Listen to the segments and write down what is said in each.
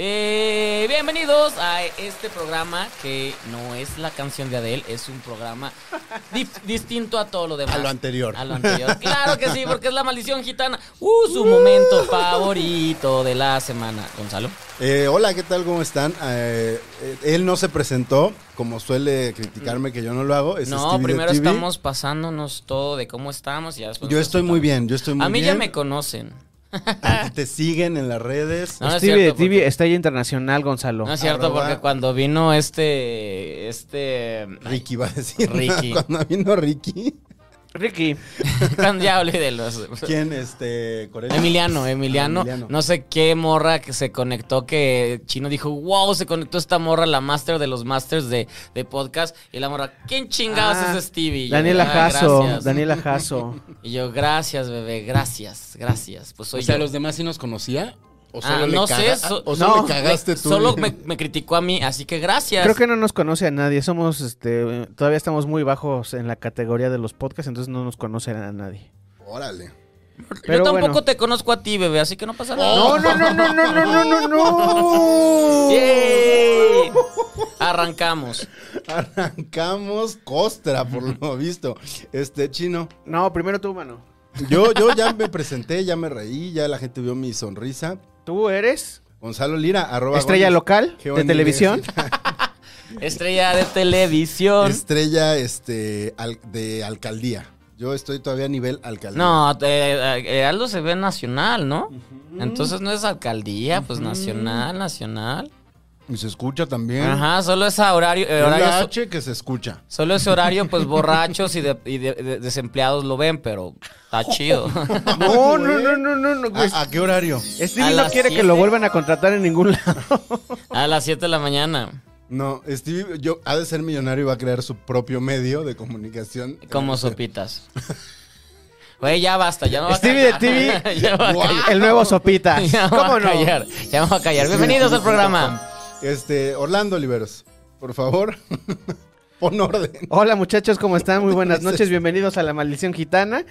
Eh, bienvenidos a este programa que no es la canción de Adele, es un programa di- distinto a todo lo demás. A lo anterior. A lo anterior. Claro que sí, porque es la maldición gitana. Uh, su momento favorito de la semana. Gonzalo. Eh, hola, ¿qué tal? ¿Cómo están? Eh, eh, él no se presentó, como suele criticarme que yo no lo hago. es no, Stevie de primero TV. estamos pasándonos todo de cómo estamos y ya después Yo nos estoy muy bien, yo estoy muy presentamos. bien. A mí ya me conocen. Ah, Te siguen en las redes. No, no es Stevie de eh. cierto, TV porque- está ya internacional, Gonzalo. No es cierto, Arroba- porque cuando vino este. Este. Ricky va a decir. Ricky. Cuando vino Ricky. Ricky. cuando ya hablé de los. ¿Quién? Este. Corea? Emiliano, Emiliano, Ah, Emiliano. no sé qué morra que se conectó, que Chino dijo, wow, se conectó esta morra, la master de los masters de, de podcast, y la morra, ¿quién chingados Ah, es Stevie? Y yo, Daniela "Ah, Jasso. gracias". Daniela Jasso. Y yo, gracias, bebé, gracias, gracias, pues soy O sea, yo". los demás sí nos conocía. O Ah, solo le no caga- sé, so- o solo no, le cagaste Me- tú. Solo me, me criticó a mí, así que gracias. Creo que no nos conoce a nadie. Somos, este, todavía estamos muy bajos en la categoría de los podcasts, entonces no nos conocen a nadie. Órale. Pero yo tampoco bueno. Oh. te conozco a ti, bebé, así que no pasa nada. No, no, no, no, no, no, no, no, Yay. Arrancamos. Arrancamos costra, por lo visto. Este chino. No, primero tú, mano. Yo, yo ya me presenté, ya me reí, ya la gente vio mi sonrisa. Tú eres Gonzalo Lira, arroba. estrella Gonis. local Qué de bonito. televisión. Estrella de televisión. Estrella este, al- de alcaldía. Yo estoy todavía a nivel alcaldía. No, eh, eh, Heraldo se ve nacional, ¿no? Entonces no es alcaldía, pues nacional, nacional. Y se escucha también. Ajá, solo es a horario, eh, Es horario la so- H que se escucha. solo ese horario, pues borrachos y, de- y de- de- desempleados lo ven, pero está chido. No, no, no, no, no, no. ¿A, a qué horario? a Stevie no las quiere que siete. lo vuelvan a contratar en ningún lado. a las 7 de la mañana, No, Stevie yo, ha de ser millonario y va a crear su propio medio de comunicación. Este, como sopitas. Güey, ya basta, ya no va Stevie de a callar. TV. ya me voy a callar. El nuevo Sopita. Ya me voy ¿Cómo a no? callar. Ya me voy a callar. Bienvenidos al programa. Este, Orlando Oliveros, por favor, pon orden. Hola muchachos, ¿cómo están? Muy buenas noches, bienvenidos a La Maldición Gitana.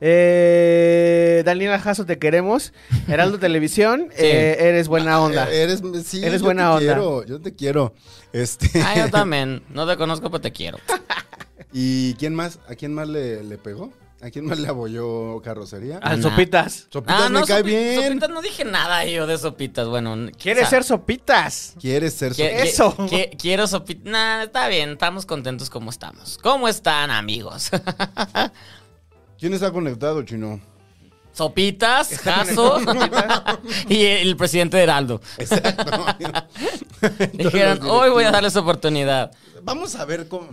Eh, Daniela Jasso, te queremos. Heraldo Televisión, eh, eres Ah, buena onda. Eh, Eres, sí, Eres yo buena te onda. Quiero, yo te quiero. Este, Ah, yo también. No te conozco, pero te quiero. ¿Y quién más? ¿A quién más le, le pegó? ¿A quién más le abolló carrocería? Al Ah, Sopitas. Sopitas me cae Ah, Sopi- bien. Sopitas no dije nada yo de Sopitas. Bueno, n- ¿Quieres o sea, ser Sopitas? ¿Quieres ser qui- Sopitas? qui- Eso. qui- quiero Sopitas. Nah, está bien, estamos contentos como estamos. ¿Cómo están, amigos? ¿Quién está conectado, chino? Sopitas, Jaso y el presidente de Heraldo. Dijeron, Todos los hoy voy a darles oportunidad. Vamos a ver cómo.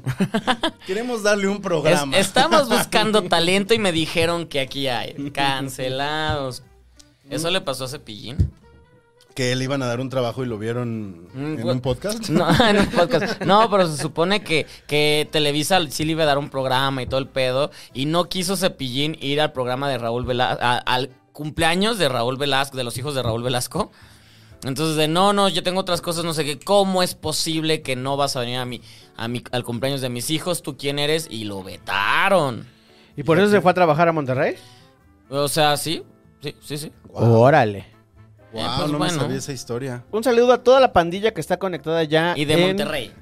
Queremos darle un Es- programa. estamos buscando talento y me dijeron que aquí hay. Cancelados. Eso le pasó a Cepillín. Que le iban a dar un trabajo y lo vieron Mm, en pues- un podcast. No, en un podcast. No, pero se supone que, que Televisa sí le iba a dar un programa y todo el pedo. Y no quiso Cepillín ir al programa de Raúl Velasco, al cumpleaños de Raúl Velasco, de los hijos de Raúl Velasco. Entonces, de no, no, yo tengo otras cosas, no sé qué. ¿Cómo es posible que no vas a venir a mi, a mi, al cumpleaños de mis hijos? ¿Tú quién eres? Y lo vetaron. ¿Y por eso se fue a trabajar a Monterrey? O sea, sí, sí, sí, sí. Wow. Órale. Wow, Eh, pues, no bueno. me sabía esa historia. Un saludo a toda la pandilla que está conectada ya. Y de Ah, en- Monterrey.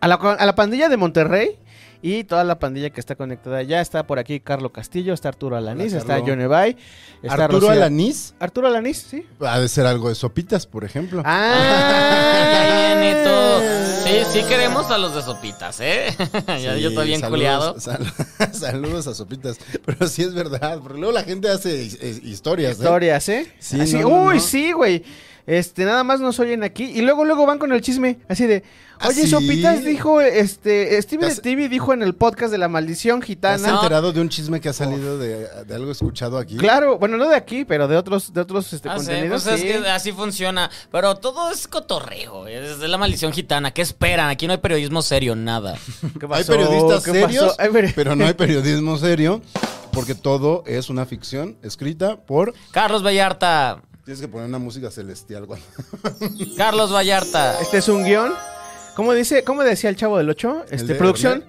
A la, a la pandilla de Monterrey y toda la pandilla que está conectada ya. Está por aquí Carlo Castillo, está Arturo Alanís, Hola, está Carlo. John Ebay, está Arturo Rocío- Alanís Arturo Alanís, sí. ha de ser algo de sopitas, por ejemplo. Ahí viene todo. ¡Ah! Sí, sí queremos a los de sopitas, ¿eh? Ya Sí, yo estoy bien saludos- culiado. sal- saludos a sopitas. Pero sí es verdad, porque luego la gente hace eh, historias. ¿eh? Historias, ¿eh? Sí, Así, no, no, uy, no. sí, güey. Este, nada más nos oyen aquí y luego luego van con el chisme, así de, ¿Ah, "Oye, sí? Sopitas dijo este Steven ¿Te has- Stevie dijo en el podcast de la maldición ¿Te has gitana." enterado de un chisme que ha salido de, de algo escuchado aquí? Claro, bueno, no de aquí, pero de otros de otros este Ah, sí, contenidos. pues es sí. que así funciona. Pero todo es cotorreo. Es de la maldición gitana. ¿Qué esperan? Aquí no hay periodismo serio, nada. ¿Qué Hay pasó? periodistas ¿Qué serios, pasó? Ay, pero- pero no hay periodismo serio, porque todo es una ficción escrita por... Carlos Vallarta. Tienes que poner una música celestial, güey. Carlos Vallarta. Este es un guión. ¿Cómo dice, cómo decía el chavo del 8? Este, de- producción,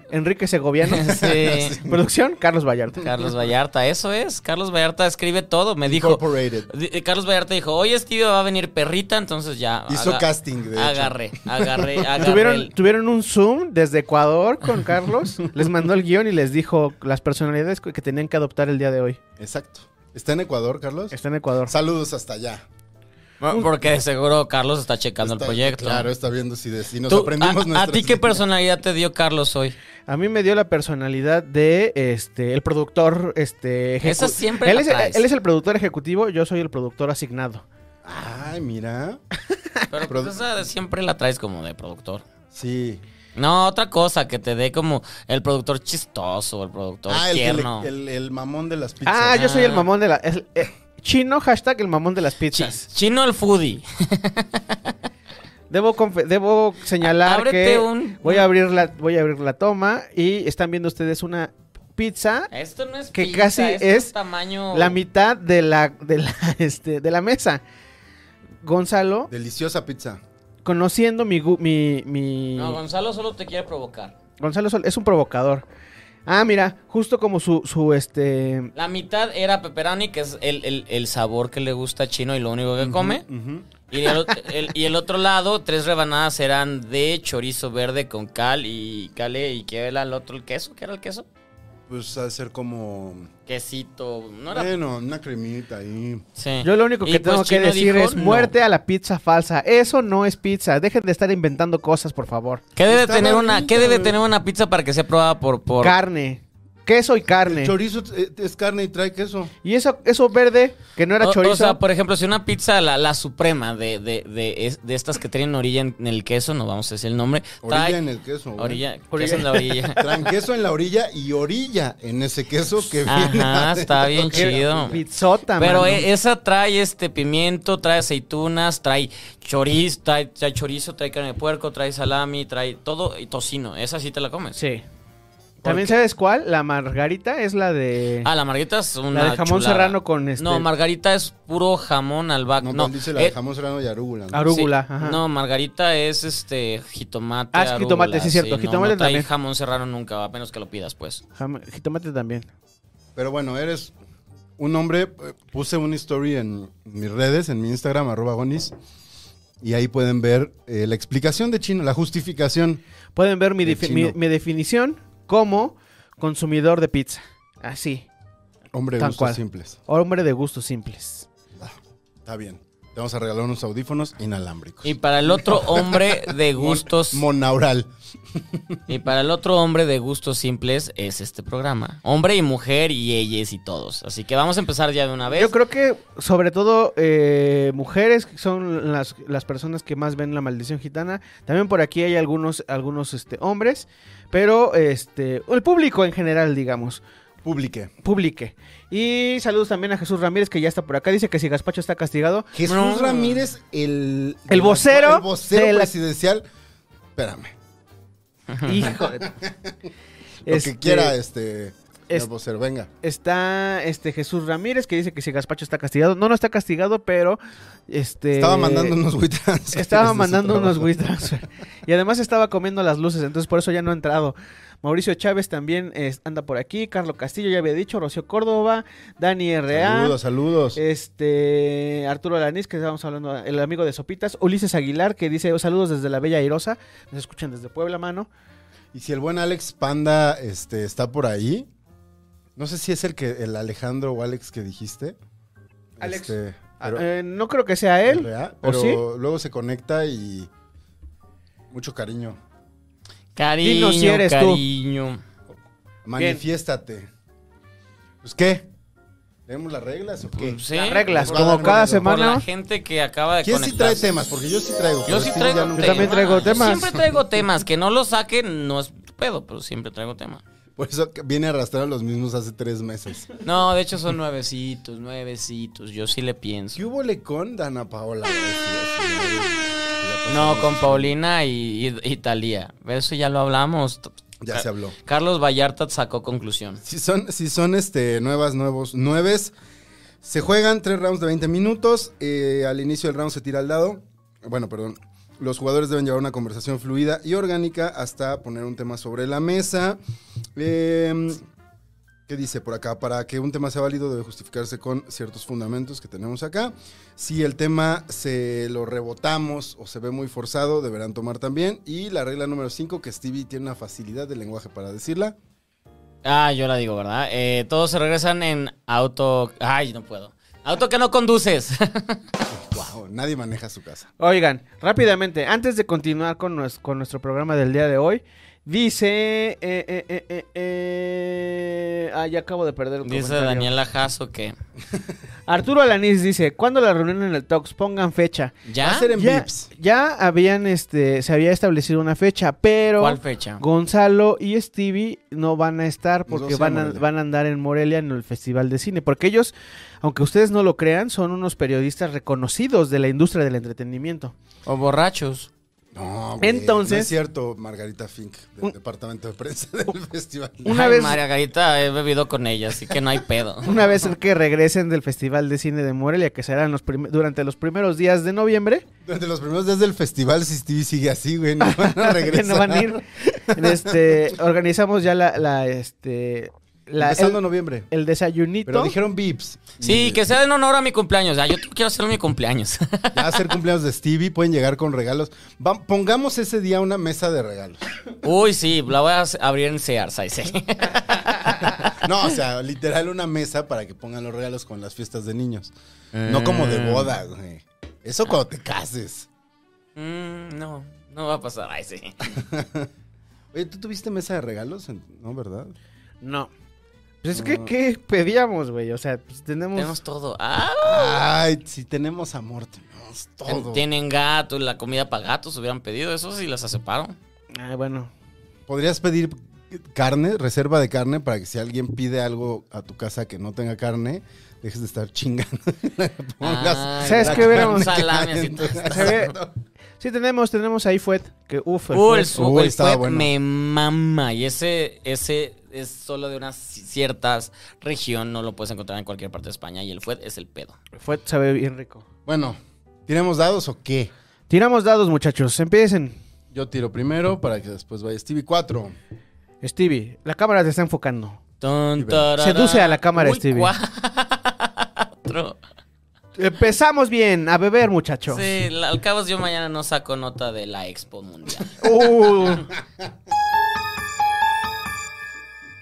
Enrique Segoviano. Sí. producción, Carlos Vallarta. Carlos Vallarta, eso es. Carlos Vallarta escribe todo. Me dijo. Incorporated. Di- eh, Carlos Vallarta dijo: Oye, Steve va a venir perrita, entonces ya. Hizo casting, de hecho. Agarré, agarré, agarré. Tuvieron, el- tuvieron un Zoom desde Ecuador con Carlos. les mandó el guión y les dijo las personalidades que tenían que adoptar el día de hoy. Exacto. ¿Está en Ecuador, Carlos? Está en Ecuador. Saludos hasta allá. Bueno, Porque de seguro Carlos está checando Está- el proyecto. Claro, está viendo si, de- si nos Tú, aprendimos a, a ti nuestras- qué personalidad te dio Carlos hoy? A mí me dio la personalidad de este el productor este ejecu- Esa siempre él la es, traes. él es el productor ejecutivo, yo soy el productor asignado. Ay, mira. Pero Produ- pues, esa siempre la traes como de productor. Sí. No, otra cosa que te dé como el productor chistoso, el productor Ah, el, que le- tierno. el- el mamón de las pizzas. Ah, yo soy el Ah. mamón de la es- eh, chino hashtag el mamón de las Chi- pizzas. Chino el foodie. Debo, confe- debo señalar Ábrete que un- voy a abrir la voy a abrir la toma y están viendo ustedes una pizza Esto no es Que pizza, casi esto es tamaño. la mitad de la de la este de la mesa. Gonzalo, Ah. Deliciosa pizza. conociendo mi gu- mi, mi- No, Gonzalo solo te quiere provocar. Gonzalo Sol es un provocador. Ah, mira, justo como su su este La mitad era pepperoni, que es el, el- el sabor que le gusta a Chino y lo único que come. Ujú. y, el, el- y el otro lado, tres rebanadas eran de chorizo verde con cal y cale. ¿Y qué era el otro? ¿El queso? ¿Qué era el queso? Pues ha de ser como. Quesito. No era. Bueno, una cremita ahí. Sí. Eh, yo lo único que Y tengo pues que Chino decir dijo, es "No". muerte a la pizza falsa. Eso no es pizza. Dejen de estar inventando cosas, por favor. ¿Qué debe, Está tener una, bonito, ¿Qué debe güey. tener una pizza para que sea probada por. por... Carne, queso y carne. El chorizo eh, es carne y trae queso. Y eso eso verde que no era O- o, chorizo. sea, pues, por ejemplo, si una pizza, la, la suprema de, de, de, es- de estas que tienen orilla en, en el queso, no vamos a decir el nombre. Orilla trae- en el queso. güey. Orilla, queso en la orilla. Traen queso en la orilla y orilla en ese queso que viene. Ajá, está bien adentro. chido. Pizzota, Pero mano. e- esa trae este pimiento, trae aceitunas, trae chorizo, trae, trae chorizo, trae carne de puerco, trae salami, trae todo y tocino. Esa sí te la comes. Sí. También sabes cuál, la margarita es la de Ah, la margarita es una La de jamón chulada. serrano con este- No, margarita es puro jamón al vaco. No, No, dice la de eh, jamón serrano y arúgula. ¿no? Arú- Arúgula, Sí. ajá. No, margarita es este jitomate. Ah, es arúgula, jitomate, sí, cierto, no, jitomate no trae también. jamón serrano nunca, a menos que lo pidas, pues. jam- jitomate también. Pero bueno, eres un hombre. eh, Puse una story en mis redes, en mi Instagram, arroba gonis. Y ahí pueden ver eh, la explicación de chino, la justificación. Pueden ver mi, De defi- chino. mi- mi definición como consumidor de pizza. Así. Hombre, de Tal gustos cual. simples. Hombre de gustos simples. Está bien. Te vamos a regalar unos audífonos inalámbricos. Y pues- para el otro hombre de gustos. Monaural. Y para el otro hombre de gustos simples es este programa. Hombre y mujer y ellas y todos. Así que vamos a empezar ya de Pues una vez. Yo creo que, sobre todo, eh, mujeres son las, las personas que más ven la maldición gitana. También por aquí hay algunos, algunos este, hombres. Pero este, el público en general, digamos, Publique. publique. Y saludos también a Jesús Ramírez, que ya está por acá. Dice que si Gaspacho está castigado, Jesús No. Ramírez, el... El vocero El vocero de la- presidencial. Espérame. hijo de- Lo Este, que quiera este... es- El vocero, venga. Está este Jesús Ramírez que dice que si Gaspacho está castigado. No, no está castigado, pero este. Estaba mandando unos WeTransfer. Estaba mandando unos Wii Transfer. Y además estaba comiendo las luces, entonces por eso ya no ha entrado. Mauricio Chávez también eh, anda por aquí. Carlos Castillo, ya había dicho. Rocío Córdoba. Dani R.A. Saludos, saludos. Eh, Este Arturo Alanís, que estábamos hablando, el amigo de Sopitas, Ulises Aguilar, que dice saludos desde la Bella Airosa, nos escuchan desde Puebla, mano. Y si el buen Alex Panda este, está por ahí, no sé si es el que el Alejandro o Alex que dijiste. Alex. Este, pero- Eh, no creo que sea él. ¿verdad? ¿O Pero sí? luego se conecta y mucho cariño. Cariño, Dinos si eres tú. cariño. Manifiéstate. Pues qué. ¿Tenemos las reglas o qué? Pues, Sí, Las reglas, por- como por- cada por semana. la gente que acaba de ¿Quién sí trae conectarse. temas? Porque yo sí traigo. Yo sí Florestino traigo ya nunca- Yo también traigo Yo temas. siempre traigo temas. Que no lo saquen no es pedo, pero siempre traigo temas. Por eso que viene a arrastrar a los mismos hace tres meses. No, de hecho son nuevecitos, nuevecitos. Yo sí le pienso. ¿Qué hubo le con Dana Paola? güey? Sí, sí, sí, güey. No, con Paulina y, y, y Thalía. Eso ya lo hablamos. Ya se habló. Carlos Vallarta sacó conclusión. Si son, si son este, nuevas, nuevos, nueves, se juegan tres rounds de 20 minutos. eh, al inicio del round se tira al dado. Bueno, perdón. Los jugadores deben llevar una conversación fluida y orgánica hasta poner un tema sobre la mesa. Eh, ¿Qué dice por acá? Para que un tema sea válido debe justificarse con ciertos fundamentos que tenemos acá. Si el tema se lo rebotamos o se ve muy forzado, deberán tomar también. Y la regla número 5, que Stevie tiene una facilidad de lenguaje para decirla. Ah, yo la digo, ¿verdad? Eh, todos se regresan en auto. Ay, no puedo. Auto que no conduces. Wow, nadie maneja su Ah, casa. Oigan, rápidamente, antes de continuar con, nues- con nuestro programa del día de hoy, dice. eh, eh, eh, eh, eh, ah, ya acabo de perder un Dice comentario. Daniela Jasso que. Arturo Alanís dice: ¿Cuándo la reunión en el Tox? Pongan fecha. ¿Ya? Hacer en Ya, Vips. ya habían, este, se había establecido una fecha, pero. ¿Cuál fecha? Gonzalo y Stevie no van a estar porque Nosotros van en a, Morelia. van a andar en Morelia en el Festival de Cine. Porque ellos, aunque ustedes no lo crean, son unos periodistas reconocidos de la industria del entretenimiento. O borrachos. No, güey, Entonces- no es cierto, Margarita Fink, del Un- departamento de prensa del festival. Una Ay, vez- Margarita, he bebido con ella, así que no hay pedo. Una vez que regresen del Festival de Cine de Morelia, que serán los prim- durante los primeros días de noviembre, Durante los primeros días del festival, si Stevie sigue así, güey, no van a que regresar. no van a ir, este, organizamos ya la, la, este, la- Empezando el, noviembre. el desayunito. Pero dijeron Vips. Sí, que sea en honor a mi cumpleaños. Ah, yo quiero hacer mi cumpleaños. Va a ser cumpleaños de Stevie, pueden llegar con regalos. Va- pongamos ese día una mesa de regalos. Uy, sí, la voy a abrir en Sears, ahí sí. No, o sea, literal una mesa para que pongan los regalos con las fiestas de niños. No como de Mm. boda, güey. Eso cuando te cases. Mm, no, no va a pasar, ahí sí. Oye, ¿tú tuviste mesa de regalos? No, ¿verdad? No. Pues es que, ¿qué pedíamos, güey? O sea, pues tenemos... Tenemos todo. Ah, Ay, si tenemos amor, tenemos todo. tienen gatos, la comida para gatos hubieran pedido, eso sí las aceptaron. Ah, bueno. ¿Podrías pedir carne, reserva de carne, para que si alguien pide algo a tu casa que no tenga carne, dejes de estar chingando? Le pongas Ay, ¿Sabes la qué hubiéramos- carne que Salame, hay en así, tu tas, casa. Se ve- Sí, tenemos, tenemos ahí Fuet, que uff, el Uh, Fuet. el su- Uy, el estaba fuet bueno. me mama. Y ese, ese es solo de una ci- cierta región, no lo puedes encontrar en cualquier parte de España. Y el fuet es el pedo. Fuet sabe bien rico. Bueno, ¿tiremos dados o qué? Tiramos dados, muchachos, empiecen. Yo tiro primero para que después vaya Stevie 4. Stevie, la cámara te está enfocando. Tun, Seduce tarara. a la cámara, Uy, Stevie. cuatro. Empezamos bien, a beber, muchachos. Sí, la- al cabo yo mañana no saco nota de la Expo Mundial. Uh.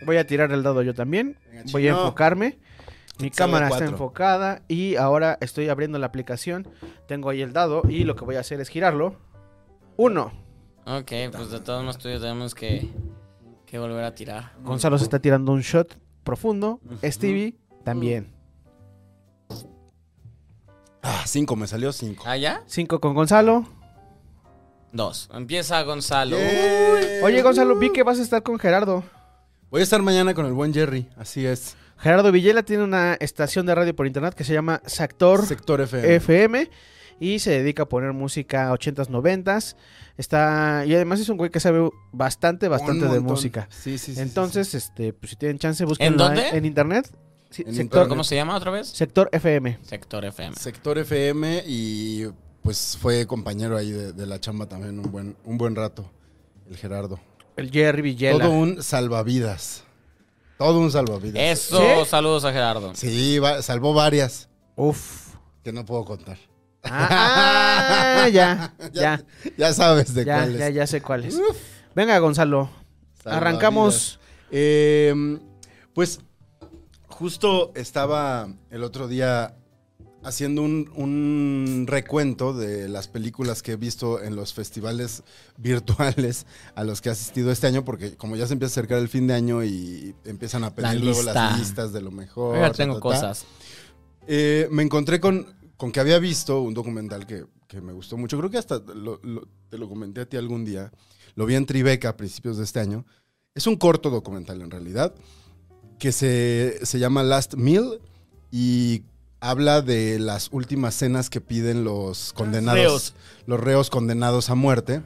Voy a tirar el dado yo también. Venga, chino. Voy a enfocarme. Mi Sale cámara está cuatro. enfocada y ahora estoy abriendo la aplicación. Tengo ahí el dado y lo que voy a hacer es girarlo. Uno. Ok, pues de todos los tuyos tenemos que, que volver a tirar. Gonzalo se está tirando un shot profundo. Stevie Uh. también. Ah, 5, me salió 5. ¿Ah, ya? Cinco con Gonzalo. Dos. Empieza Gonzalo. Oye, Gonzalo, vi que vas a estar con Gerardo. Voy a estar mañana con el buen Jerry, así es. Gerardo Villela tiene una estación de radio por internet que se llama Sector Sector FM. FM y se dedica a poner música 80s, 90s. Está y además es un güey que sabe bastante bastante Un de montón. música. Sí, sí, sí, sí. Entonces, este, pues si tienen chance, búsquenlo dónde? ahí en internet. Sí, En sector, internet. Uh, ¿Cómo se llama otra vez? sector FM. Sector FM. Sector FM y pues fue compañero ahí de, de la chamba también un buen, un buen rato, el Gerardo. El Jerry Villela. Todo un salvavidas. Todo un salvavidas. Eso, ¿Sí? saludos a Gerardo. Sí, va- salvó varias Uf. que no puedo contar. Ah, ah, ya, ya, Ya sabes de ya, cuáles. ya, ya sé cuál es. Uf. Venga, Gonzalo. Salvavidas. Arrancamos. Em, Eh, pues justo estaba el otro día haciendo un, un recuento de las películas que he visto en los festivales virtuales a los que he asistido este año, porque como ya se empieza a acercar el fin de año y empiezan a pedir luego lista. las listas de lo mejor. Yo ya ta, tengo ta, ta. cosas. Eh, me encontré con, con que había visto un documental que, que me gustó mucho. Creo que hasta lo- lo- te lo comenté a ti algún día. Lo vi en Tribeca a principios de este año. Es un corto documental en realidad que se, se llama Last Meal y habla de las últimas cenas que piden los condenados, Reos. los reos condenados a muerte.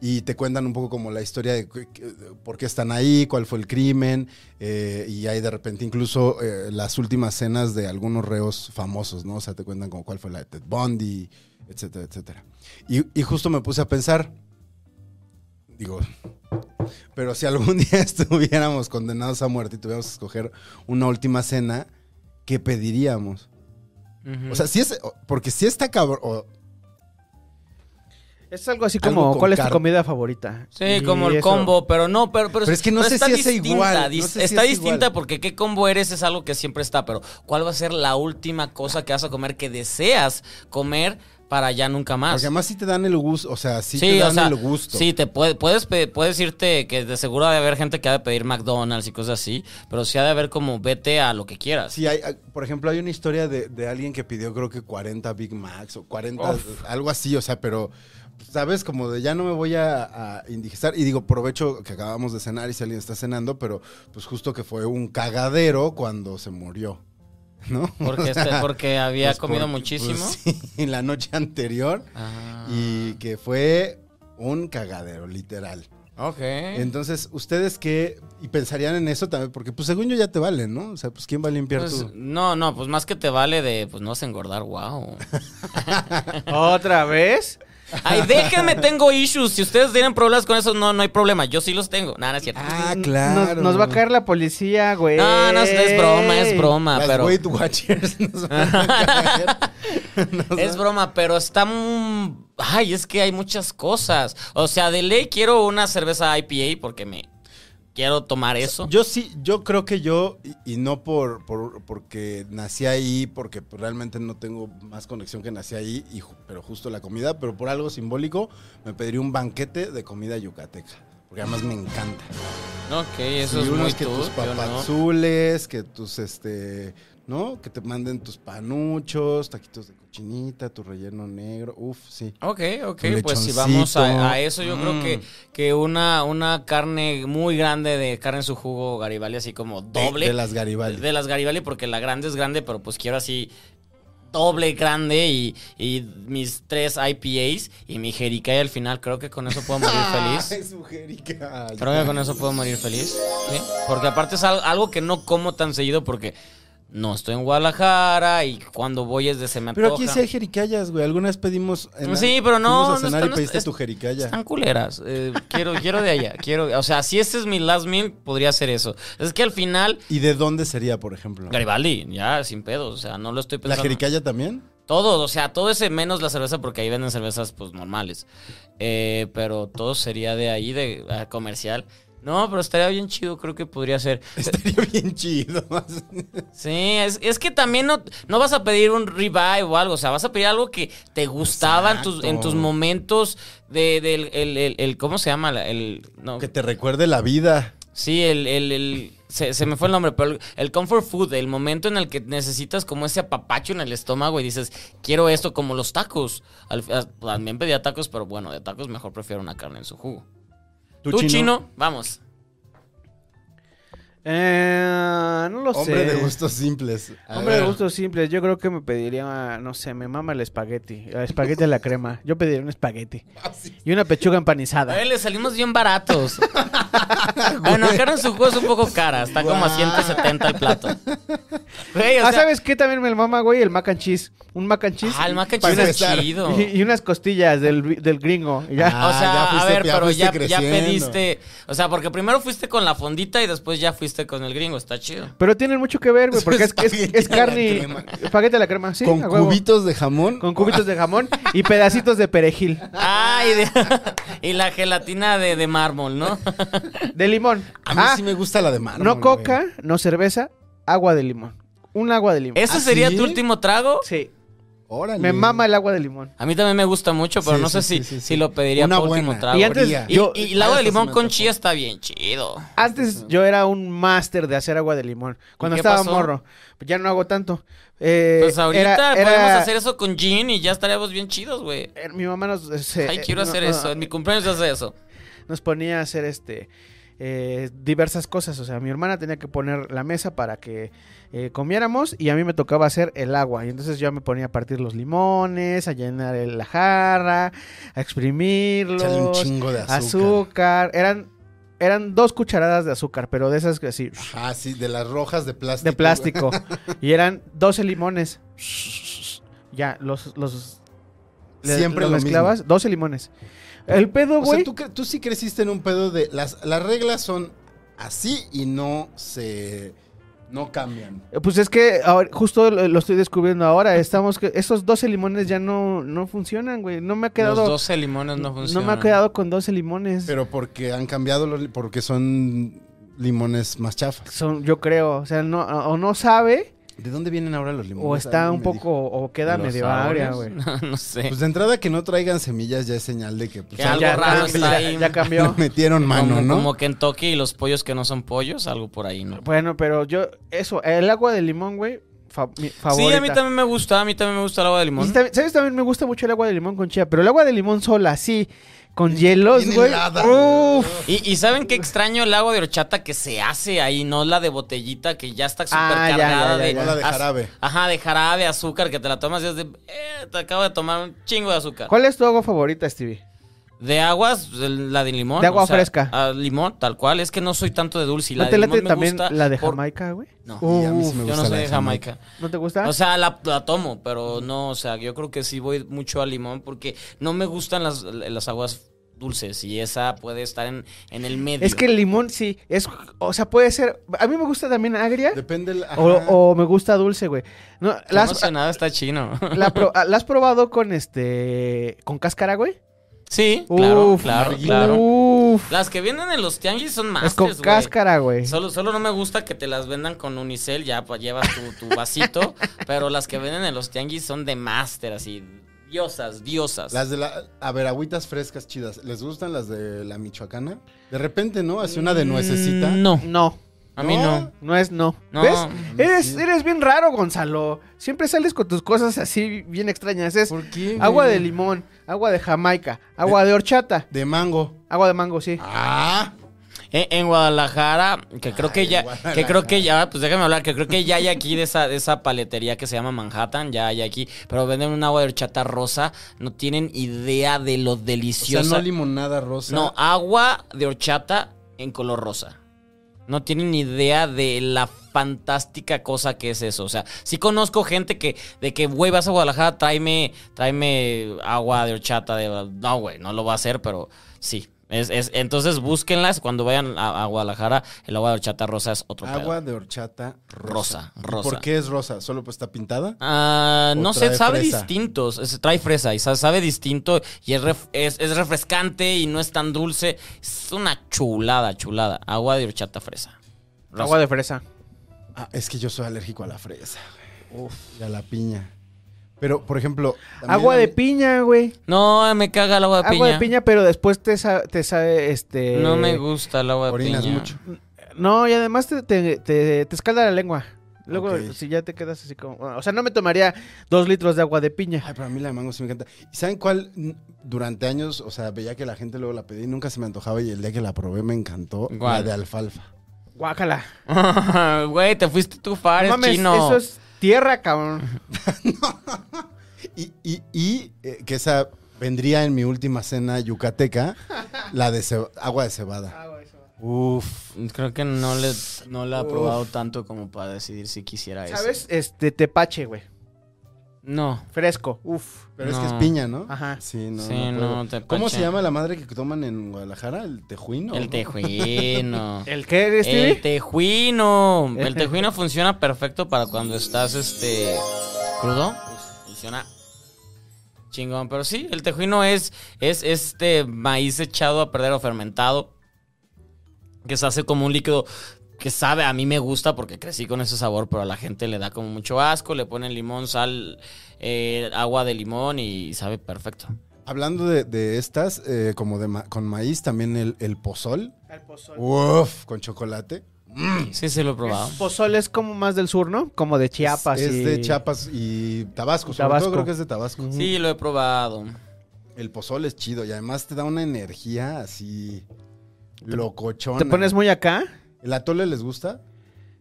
Y te cuentan un poco como la historia de cu- que- por qué están ahí, cuál fue el crimen, eh, y hay de repente incluso eh, las últimas cenas de algunos reos famosos, ¿no? O sea, te cuentan como cuál fue la de Ted Bundy, etcétera, etcétera. Y, y justo me puse a pensar, digo, pero si algún día estuviéramos condenados a muerte y tuviéramos que escoger una última cena, ¿qué pediríamos? O sea, si es, o- porque si está cabrón, o- Es algo así Algo como, con ¿cuál es tu car- comida favorita? Sí, Y como el eso. combo, pero no, pero, pero, Pero es que no sé está si es igual, dis- no sé si está es distinta igual. porque qué combo eres es algo que siempre está, pero ¿cuál va a ser la última cosa que vas a comer que deseas comer para ya nunca más? porque además Ah, sí te dan el gusto, o sea, sí, te dan el gusto. Sí, te puede- puedes, pe- puedes irte, que de seguro ha de haber gente que ha de pedir McDonald's y cosas así, pero sí ha de haber como vete a lo que quieras. Sí, hay, hay- por ejemplo, hay una historia de, de alguien que pidió creo que 40 Big Macs o 40, algo así, o sea, pero, ¿sabes? Como de ya no me voy a, a indigestar. Y digo, provecho que acabamos de cenar y si alguien está cenando, pero pues justo que fue un cagadero cuando se murió, ¿no? Porque, este- porque había Pues comido porque, muchísimo. pues, sí, en la noche anterior Ah, y que fue un cagadero, literal. ok. Entonces, ¿ustedes qué? Y pensarían en eso también, porque pues según yo ya te valen, ¿no? O sea, pues ¿quién va a limpiar Pues, tu...? no, no, pues más que te vale de, pues no vas a engordar, wow. ¿Otra vez? Ay, déjenme, tengo issues. Si ustedes tienen problemas con eso, no, no hay problema. Yo sí los tengo. Nada, no es cierto. Ah, Nos- claro. Nos, va a caer la policía, güey. no, no, es, es broma, es broma, Las Ah, pero. Weight Watchers nos van a caer. Nos Es van- broma, pero está. mm, Ay, es que hay muchas cosas. O sea, de ley quiero una cerveza IPA porque me. Quiero tomar eso. Yo sí, yo creo que yo, y, y no por, por- porque nací ahí, porque realmente no tengo más conexión que nací ahí, y ju- pero justo la comida, pero por algo simbólico, me pediría un banquete de comida yucateca. Porque además me encanta. ok, eso y es unos muy que tú. tus yo no. papazules, que tus este, ¿no? Que te manden tus panuchos, taquitos de cochinita, tu relleno negro. Uf, sí. Ok, ok, Tu pues si lechoncito. vamos a, a eso, yo creo Mm. que, que una, una carne muy grande de carne en su jugo Garibaldi, así como De- doble. De, las Garibaldi. De las Garibaldi, porque la grande es grande, pero pues quiero así doble grande y, y mis tres IPAs y mi Jericaya al final. Creo que con eso puedo morir feliz. Es mujerica. Creo que con eso puedo morir feliz. ¿sí? Porque aparte es al- algo que no como tan seguido porque no estoy en Guadalajara y cuando voy es de se me Pero antoja. Pues aquí sí hay jericayas, güey. Alguna vez pedimos. Sí, pero no, fuimos no a cenar están- y pediste es- tu jericaya. Están culeras. Eh, quiero, quiero de allá. Quiero, o sea, si este es mi last meal, podría ser eso. Es que al final, ¿Y de dónde sería, por ejemplo? Garibaldi, ya sin pedos. O sea, no lo estoy ¿La pensando. jericaya también? Todo, o sea, todo ese menos la cerveza, porque ahí venden cervezas pues normales. Eh, pero todo sería de ahí, de ah, comercial. No, pero estaría bien chido, creo que podría ser. Estaría bien chido. Sí, es, es que también no, no vas a pedir un revive o algo, o sea, vas a pedir algo que te gustaba en tus, en Exacto. tus momentos de, del, el, el- el- ¿cómo se llama? La- El, no, que te recuerde la vida. Sí, el, el, el- se, se me fue el nombre, pero el, el comfort food, el momento en el que necesitas como ese apapacho en el estómago y dices, quiero esto como los tacos. Al- a- también pedía tacos, pero bueno, de tacos mejor prefiero una carne en su jugo. ¿Tu ¿Tú, chino? Vamos. Eh, no lo sé. Hombre de gustos simples. A Hombre de ver. gustos simples. Yo creo que me pediría, no sé, me mama el espagueti. El espagueti a la crema. Yo pediría un espagueti. Ah, Y una pechuga A empanizada. ver, le salimos bien baratos. bueno, carne en su jugo es un poco cara, está como a 170 el plato. Güey, o Ah, sea- ¿sabes qué? También me mama, güey, el mac and cheese. Un mac and cheese. Ah, el mac and Para cheese es empezar. chido. y, y unas costillas del, del gringo. y ya. Ah, o sea, ya a fuiste- ver, ya pero fuiste ya, ya creciendo. pediste. O sea, porque primero fuiste con la fondita y después ya fuiste con el gringo. Está chido. Pero tienen mucho que ver, güey, Es porque es, es, espagueti es a la carne. crema. Espagueti a la crema, sí. Con a huevo. cubitos de jamón. Con cubitos de jamón y pedacitos de perejil. Ay, de- y la gelatina de, de mármol, ¿no? De limón. A mí Ah, sí me gusta la de mármol. no güey. coca, no cerveza, agua de limón. Un agua de limón. ¿Ese ¿Ah, sería sí? tu último trago? Sí. Órale. Me mama el agua de limón. A mí también me gusta mucho, pero Sí, no sí, sé sí, si, sí, sí. si lo pediría Una por último buena. trago. Y antes- Fría. Y, yo- y el agua de Eso sí limón me con antoja. chía está bien chido. Antes yo era un máster de hacer agua de limón. Cuando qué estaba pasó? morro. Pues ya no hago tanto. Eh, Pues ahorita era- era- podemos hacer eso con gin y ya estaríamos bien chidos, güey. eh, Mi mamá nos. se- Ay, quiero no, hacer no, eh, eso. En mi cumpleaños se hace eso. Nos ponía a hacer este. eh, diversas cosas, o sea, mi hermana tenía que poner la mesa para que eh, comiéramos y a mí me tocaba hacer el agua y entonces yo me ponía a partir los limones, a llenar el- la jarra, a Échale un exprimirlos, chingo de azúcar. azúcar, eran eran dos cucharadas de azúcar, pero de esas que así Ah, sí, de las rojas de plástico. de plástico. y eran 12 limones. Ya, los. los le- Siempre los lo mezclabas. 12 limones. El pedo, O sea, güey. tú, cre- tú sí creciste en un pedo de. Las, las reglas son así y no se. No cambian. eh, Pues es que ahora- justo lo, lo estoy descubriendo ahora. Estamos que esos 12 limones ya no, no funcionan, güey. No me ha Los quedado. 12 limones no no funcionan. me ha quedado con 12 limones. Pero porque han cambiado los. li- Porque son limones más chafas. Son, yo creo. O sea, no, o no sabe, ¿De dónde vienen ahora los limones? o está Alguien un me dijo. poco, o queda ¿Los medio sabores? agria, güey. No, no sé. Pues de entrada que no traigan semillas ya es señal de que pues, Que algo raro cambió, está ya- ahí. ya le cambió. metieron mano, como, ¿no? como Kentucky y los pollos que no son pollos, algo por ahí, ¿no? bueno, pero yo, eso, el agua de limón, güey, fa- mi favorita. Sí, a mí también me gusta, a mí también me gusta el agua de Y limón. también- ¿Sabes? También me gusta mucho el agua de limón con chía, pero el agua de limón sola, así, con hielos, Bien güey. helada. Uf. Y, y saben qué extraño el agua de horchata que se hace ahí, no la de botellita que ya está súper Ah, ya, cargada ya, ya, de, ya. No la de az- jarabe. Ajá, de jarabe, azúcar, que te la tomas y es de. eh, te acabo de tomar un chingo de azúcar. ¿Cuál es tu agua favorita, Stevie? De aguas, el- la de limón. De agua fresca. a limón, tal cual. Es que no soy tanto de dulce. y La ¿No te de late limón me también gusta la de por- Jamaica, güey? No, Y a mí sí Uf, me yo gusta no la soy de Jamaica. ¿No te gusta? O sea, la, la tomo, pero no, o sea, yo creo que sí voy mucho a limón porque no me gustan las, las aguas dulces y esa puede estar en, en el medio. es que el limón sí, es, o sea, puede ser, a mí me gusta también agria Depende el- o, ajá. o me gusta dulce, güey. No, Qué ¿la, has, emocionado está chino. la pro- la has probado con este, con cáscara, güey? sí, claro, Uf, claro, Marguillo. claro. Uf, Las que vienen en los tianguis son más. es con cáscara, güey. Solo, solo no me gusta que te las vendan con unicel, ya pues, llevas tu, tu vasito, pero las que venden en los tianguis son de máster, así, diosas, diosas. Las de la. A ver, agüitas frescas chidas. ¿Les gustan las de la Michoacana? De repente, ¿no? Así una de nuececita. Mm, No, No, a mí no. no es no. No. ¿Ves? Sí. Eres, eres bien raro, Gonzalo. Siempre sales con tus cosas así bien extrañas. Es ¿Por qué? güey? agua de limón, agua de jamaica, agua de horchata, De mango. agua de mango, sí. Ah, En, en Guadalajara, que creo Ay, que en ya, Guadalajara. que creo que ya, pues déjame hablar, que creo que ya hay aquí de esa, de esa paletería que se llama Manhattan, ya hay aquí, pero venden un agua de horchata rosa, no tienen idea de lo o sea, deliciosa. no limonada rosa. no, agua de horchata en color rosa. No tienen idea de la fantástica cosa que es eso. O sea, sí conozco gente que, de que, güey, vas a Guadalajara, tráeme, tráeme agua de horchata. De... No, güey, no lo va a hacer, pero sí. Es, es- entonces búsquenlas cuando vayan a, a Guadalajara. El agua de horchata rosa es otro Agua agua de horchata rosa. rosa. Rosa. ¿Por qué es rosa? ¿Solo pues está pintada? Ah, ¿O no sé, trae sabe fresa? distinto. es- trae fresa y sa- sabe distinto y es, ref- es, es refrescante y no es tan dulce. Es una chulada, chulada. Agua de horchata fresa. Rosa. Agua de fresa. Ah, es que yo soy alérgico a la fresa. güey. Y a la piña. Pero, por ejemplo. también Agua a de mí- piña, güey. No, me caga el agua de piña. Agua de piña, pero después te, sa- te sabe, este... No me gusta el agua de Orinas piña. mucho. No, y además te, te, te- te escalda la lengua. Luego, Ok. si ya te quedas así como... O sea, no me tomaría dos litros de agua de piña. Ay, pero a mí la de mango sí me encanta. ¿Y saben cuál? N- Durante años, o sea, veía que la gente luego la pedía y nunca se me antojaba y el día que la probé me encantó. La ¿Cuál? de alfalfa. Guácala. Güey, te fuiste tú far, No es mames, chino. eso es tierra, cabrón. Y, y, y, eh, que esa vendría en mi última cena yucateca, la de ceba- agua de cebada. Uf. Creo que no, le, no la he probado tanto como para decidir si quisiera eso. ¿Sabes? Este, tepache, güey. No. Fresco. Uf. Pero es que es No. piña, ¿no? Ajá. Sí, no. Sí, no puedo. no, te ¿Cómo pacha. se llama la madre que toman en Guadalajara? ¿El tejuino? El ¿no? tejuino. ¿El qué, eres, El tejuino. El tejuino funciona perfecto para cuando estás este crudo. Funciona chingón, pero sí, el tejuino es es este maíz echado a perder o fermentado que se hace como un líquido que sabe, a mí me gusta porque crecí con ese sabor, pero a la gente le da como mucho asco, le ponen limón, sal, eh, agua de limón y sabe perfecto. Hablando de, de estas, eh, como de ma- con maíz, también el, el pozol. El pozol. Uf, con chocolate. Sí, sí, lo he probado. Pozol es como más del sur, ¿no? Como de Chiapas. es y- de Chiapas y Tabasco. Sobre Tabasco. todo creo que es de Tabasco. Sí, lo he probado. El pozol es chido y además te da una energía así locochona. ¿Te pones muy acá? ¿El atole les gusta?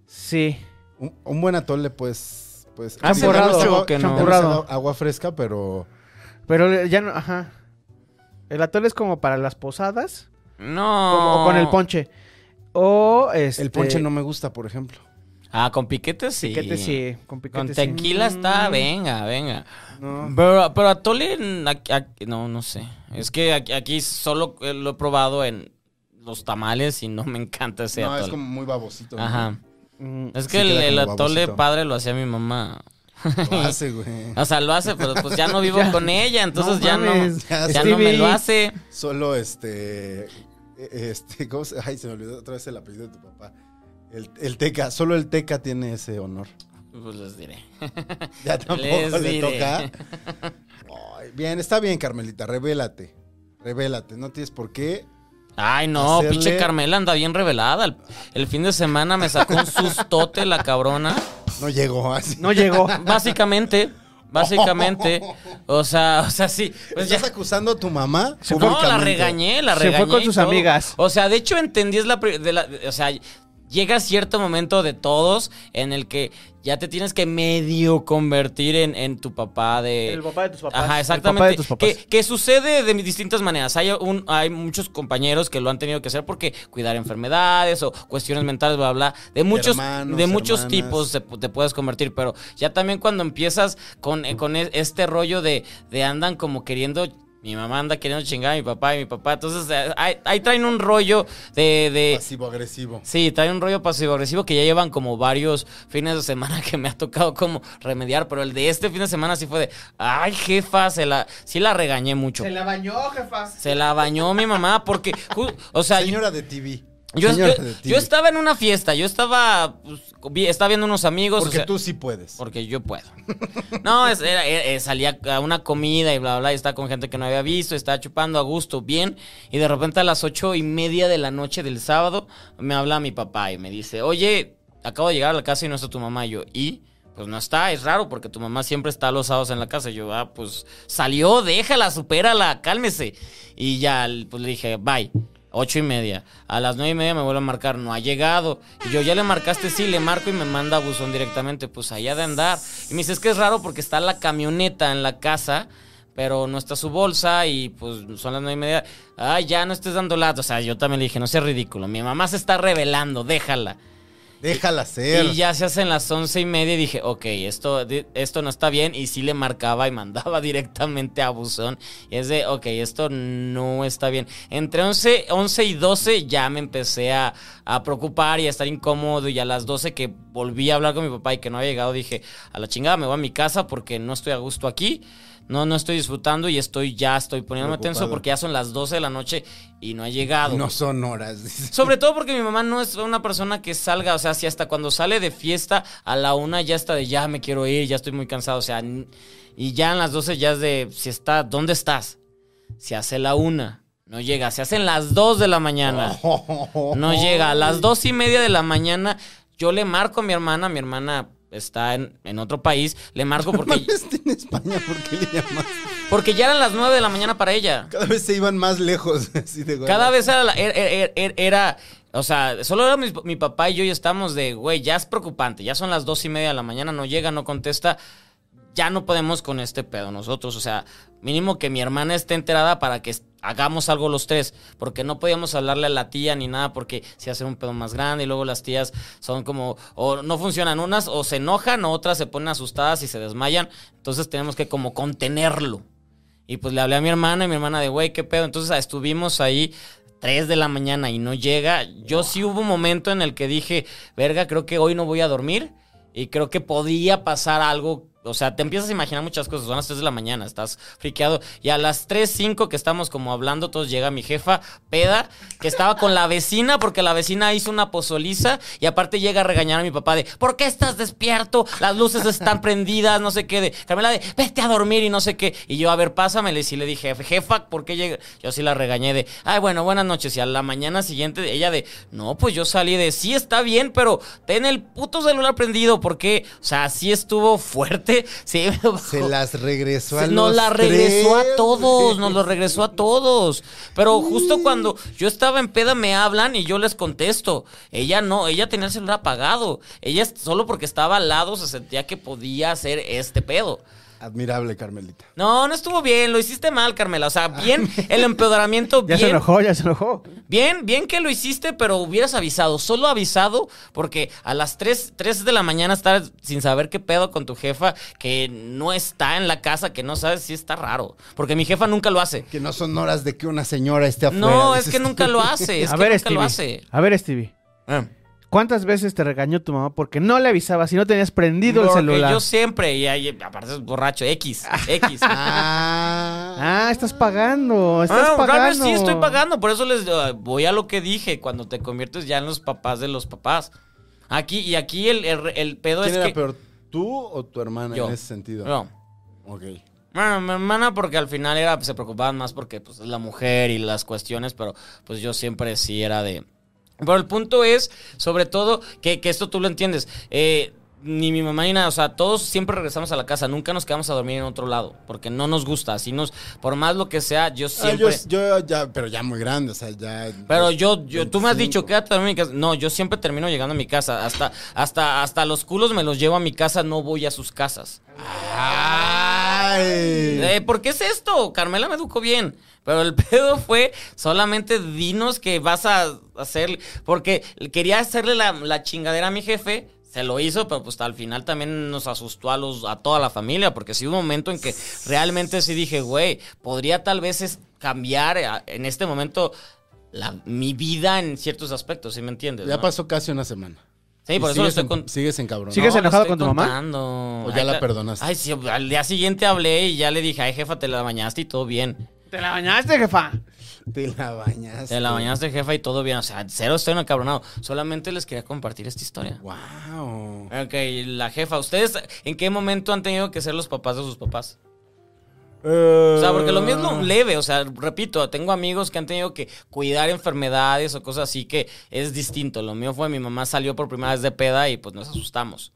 Sí. Un, un buen atole, pues. pues Ah, tal vez forrado, agua- que no. tal vez Forrado. agua- Agua fresca, pero. Pero ya no, ajá. El atole es como para las posadas. No. como- o con el ponche. O este. El ponche no me gusta, por ejemplo. Ah, con piquete sí. Piquete sí. Con piquete Con sí. tequila está, Mm, venga, venga. no. Pero, pero atole, mm, aquí- aquí- no, no sé. Es que aquí, aquí solo eh, lo he probado en los tamales y no me encanta ese no, atole. es como muy babosito. ¿no? Ajá. Mm, Es Sí que el, queda el como atole babosito. padre lo hacía mi mamá. Lo hace, güey. O sea, lo hace, pero pues ya no vivo con ella, entonces ya mames, no. Ya no me Stevie. lo hace. Solo este. Este, ¿cómo se- Ay, se me olvidó otra vez el apellido de tu papá. El, el Teca, solo el Teca tiene ese honor. Pues les diré. Ya tampoco Les le diré. toca. Ay, bien, está bien, Carmelita, revélate. Revélate, no tienes por qué. Ay, no, Hacerle- pinche Carmela anda bien revelada. El, el fin de semana me sacó un sustote la cabrona. No llegó así. No llegó. Básicamente, básicamente. O sea, o sea, sí. Pues ya. ¿Estás acusando a tu mamá? No, la Públicamente. regañé, la Se regañé. fue con y sus todo. amigas. O sea, de hecho entendí es la, pri- de la- o sea, llega cierto momento de todos en el que ya te tienes que medio convertir en, en tu papá de El papá de tus papás. Ajá, El papá de exactamente. tus papás. Que, que sucede de distintas maneras. Hay, un, hay muchos compañeros que lo han tenido que hacer porque cuidar enfermedades o cuestiones mentales, bla, bla. bla. De muchos, Hermanos, de muchos hermanas. tipos se- te, puedes convertir, pero ya también cuando empiezas con, eh, con e- este rollo de, de andan como queriendo... Mi mamá anda queriendo chingar a mi papá y mi papá. Entonces, eh, ahí, ahí traen un rollo de- de, Pasivo agresivo. Sí, trae un rollo pasivo-agresivo que ya llevan como varios fines de semana que me ha tocado como remediar, pero el de este fin de semana sí fue de, ay jefa, se la, sí la regañé mucho. Se la, bañó, jefa. bañó mi mamá porque, ju- o sea, yo- Señora de TV. yo, Señora yo- de TV. yo estaba en una fiesta, yo estaba, pues, vi- estaba viendo unos amigos. o Porque sea, tú sí puedes. porque yo puedo. No, es- era- eh, eh, salía a una comida y bla, bla, bla, y estaba con gente que no había visto, estaba chupando a gusto, bien. Y de repente a las ocho y media de la noche del sábado me habla mi papá y me dice, oye, acabo de llegar a la casa y no está tu mamá. Y yo, ¿y? Pues no está, es raro porque tu mamá siempre está los sábados en la casa. Y yo, ah, pues salió, déjala, supérala, cálmese. Y ya, pues le dije, bye. Ocho y media. A las nueve y media me vuelve a marcar. No ha llegado. Y yo, ya le marcaste, sí, le marco y me manda a buzón directamente. Pues allá de andar. Y me dice, es que es raro porque está la camioneta en la casa, pero no está su bolsa y pues son las nueve y media. Ay, ya no estés dando lata. O sea, yo también le dije, no seas ridículo. Mi mamá se está revelando, déjala. Déjala ser. Y ya se hacen las once y media y dije, ok, esto, di- esto no está bien. Y sí le marcaba y mandaba directamente a buzón. Y es de, ok, esto no está bien. Entre 11, 11 y 12 ya me empecé a, a preocupar y a estar incómodo. Y a las 12 que volví a hablar con mi papá y que no había llegado, dije, a la chingada me voy a mi casa porque no estoy a gusto aquí. No, no estoy disfrutando y estoy ya, estoy poniéndome tenso Preocupado. porque ya son las 12 de la noche y no ha llegado. No son horas. dice. Sobre todo porque mi mamá no es una persona que salga, o sea, si hasta cuando sale de fiesta a la una ya está de ya me quiero ir, ya estoy muy cansado, o sea, n- y ya en las 12 ya es de si está, ¿dónde estás? Se hace la una, no llega, se hacen las dos de la mañana, no llega, a las dos y media de la mañana yo le marco a mi hermana, mi hermana está en, en otro país, le marco porque, Está Este en España, ¿por qué le llamas? porque ya eran las nueve de la mañana para ella. Cada vez se iban más lejos. Así de güey. Cada vez era, la- er, era, era- era- era- o sea, solo era mi, mi papá y yo y estamos de, güey, ya es preocupante, ya son las dos y media de la mañana, no llega, no contesta, ya no podemos con este pedo nosotros, o sea, mínimo que mi hermana esté enterada para que est- hagamos algo los tres, porque no podíamos hablarle a la tía ni nada, porque se hace un pedo más grande y luego las tías son como, o no funcionan unas, o se enojan, o otras se ponen asustadas y se desmayan, entonces tenemos que como contenerlo. Y pues le hablé a mi hermana y mi hermana de, güey, qué pedo. Entonces ah, estuvimos ahí 3 de la mañana y no llega. Yo sí hubo un momento en el que dije, verga, creo que hoy no voy a dormir y creo que podía pasar algo O sea, te empiezas a imaginar muchas cosas. Son las 3 de la mañana, estás friqueado. Y a las 3, 5 que estamos como hablando, todos llega mi jefa, peda, que estaba con la vecina porque la vecina hizo una pozoliza y aparte llega a regañar a mi papá de, ¿por qué estás despierto? Las luces están prendidas, no sé qué. De, Carmela de, vete a dormir y no sé qué. Y yo, a ver, pásamele. Y sí le dije, jefa, ¿por qué llega? Yo sí la regañé de, ay, bueno, buenas noches. Y a la mañana siguiente, ella de, no, pues yo salí de, sí está bien, pero ten el puto celular prendido porque, o sea, sí estuvo fuerte. Sí, me bajó. Se las regresó Se- a los nos la regresó tres. a todos, nos lo regresó a todos. Pero justo cuando yo estaba en peda me hablan y yo les contesto. Ella no, ella tenía el celular apagado. Ella solo porque estaba al lado se sentía que podía hacer este pedo. Admirable, Carmelita. No, no estuvo bien, lo hiciste mal, Carmela. O sea, bien, el empeoramiento Ya bien. se enojó, ya se enojó. Bien, bien que lo hiciste, pero hubieras avisado, solo avisado, porque a las 3, 3 de la mañana estar sin saber qué pedo con tu jefa, que no está en la casa, que no sabes si está raro, porque mi jefa nunca lo hace. Que no son horas de que una señora esté afuera. No, es dices que tú. nunca lo hace, es a que ver, nunca Stevie. lo hace. A ver, Stevie. Ah. ¿Cuántas veces te regañó tu mamá porque no le avisabas y no tenías prendido Porque el celular? yo siempre, y ahí, aparte es borracho, X, X. Ah, Ah, estás pagando, estás Ah, pagando. Carmen, sí estoy pagando, por eso les eh, voy a lo que dije, cuando te conviertes ya en los papás de los papás. Aquí, y aquí el, el- el pedo ¿Quién es era que... peor, tú o tu hermana Yo. en ese sentido? No. Ok. Ah, Bueno, mi hermana porque al final era, se preocupaban más porque pues, es la mujer y las cuestiones, pero pues yo siempre sí era de... Pero el punto es, sobre todo, que, que esto tú lo entiendes. eh, ni mi mamá ni nada, o sea, todos siempre regresamos a la casa, nunca nos quedamos a dormir en otro lado, porque no nos gusta, así nos, por más lo que sea, yo Ah, siempre... yo, yo ya, pero ya muy grande, o sea, ya. Pero yo, yo tú me has dicho, 25. quédate a dormir en mi casa. No, yo siempre termino llegando a mi casa. Hasta, hasta, hasta los culos me los llevo a mi casa, no voy a sus casas. ¡Ay! Eh, ¿Por qué es esto? Carmela me educó bien. Pero el pedo fue solamente dinos que vas a hacer. Porque quería hacerle la, la chingadera a mi jefe. Se lo hizo, pero pues al final también nos asustó a los, a toda la familia. Porque sí hubo un momento en que realmente sí dije, güey, podría tal vez es cambiar eh, en este momento la- mi vida en ciertos aspectos, ¿sí me entiendes? Ya no? pasó casi una semana. Sí, por Y eso lo sigues estoy en- con- Sigues en cabrón. ¿Sigues no, enojado la con tu estoy mamá? contando. ¿O ya Ay, la cla- perdonaste? Ay, sí, al día siguiente hablé y ya le dije, ay, jefa, te la bañaste y todo bien. Te la bañaste, jefa. Te la bañaste. Te la bañaste, jefa, y todo bien. O sea, cero estoy encabronado. Solamente les quería compartir esta historia. ¡Wow! Ok, la jefa, ¿ustedes en qué momento han tenido que ser los papás de sus papás? Eh, O sea, porque lo mismo Ah. leve, o sea, repito, tengo amigos que han tenido que cuidar enfermedades o cosas así que es distinto. Lo mío fue mi mamá salió por primera vez de peda y pues nos asustamos.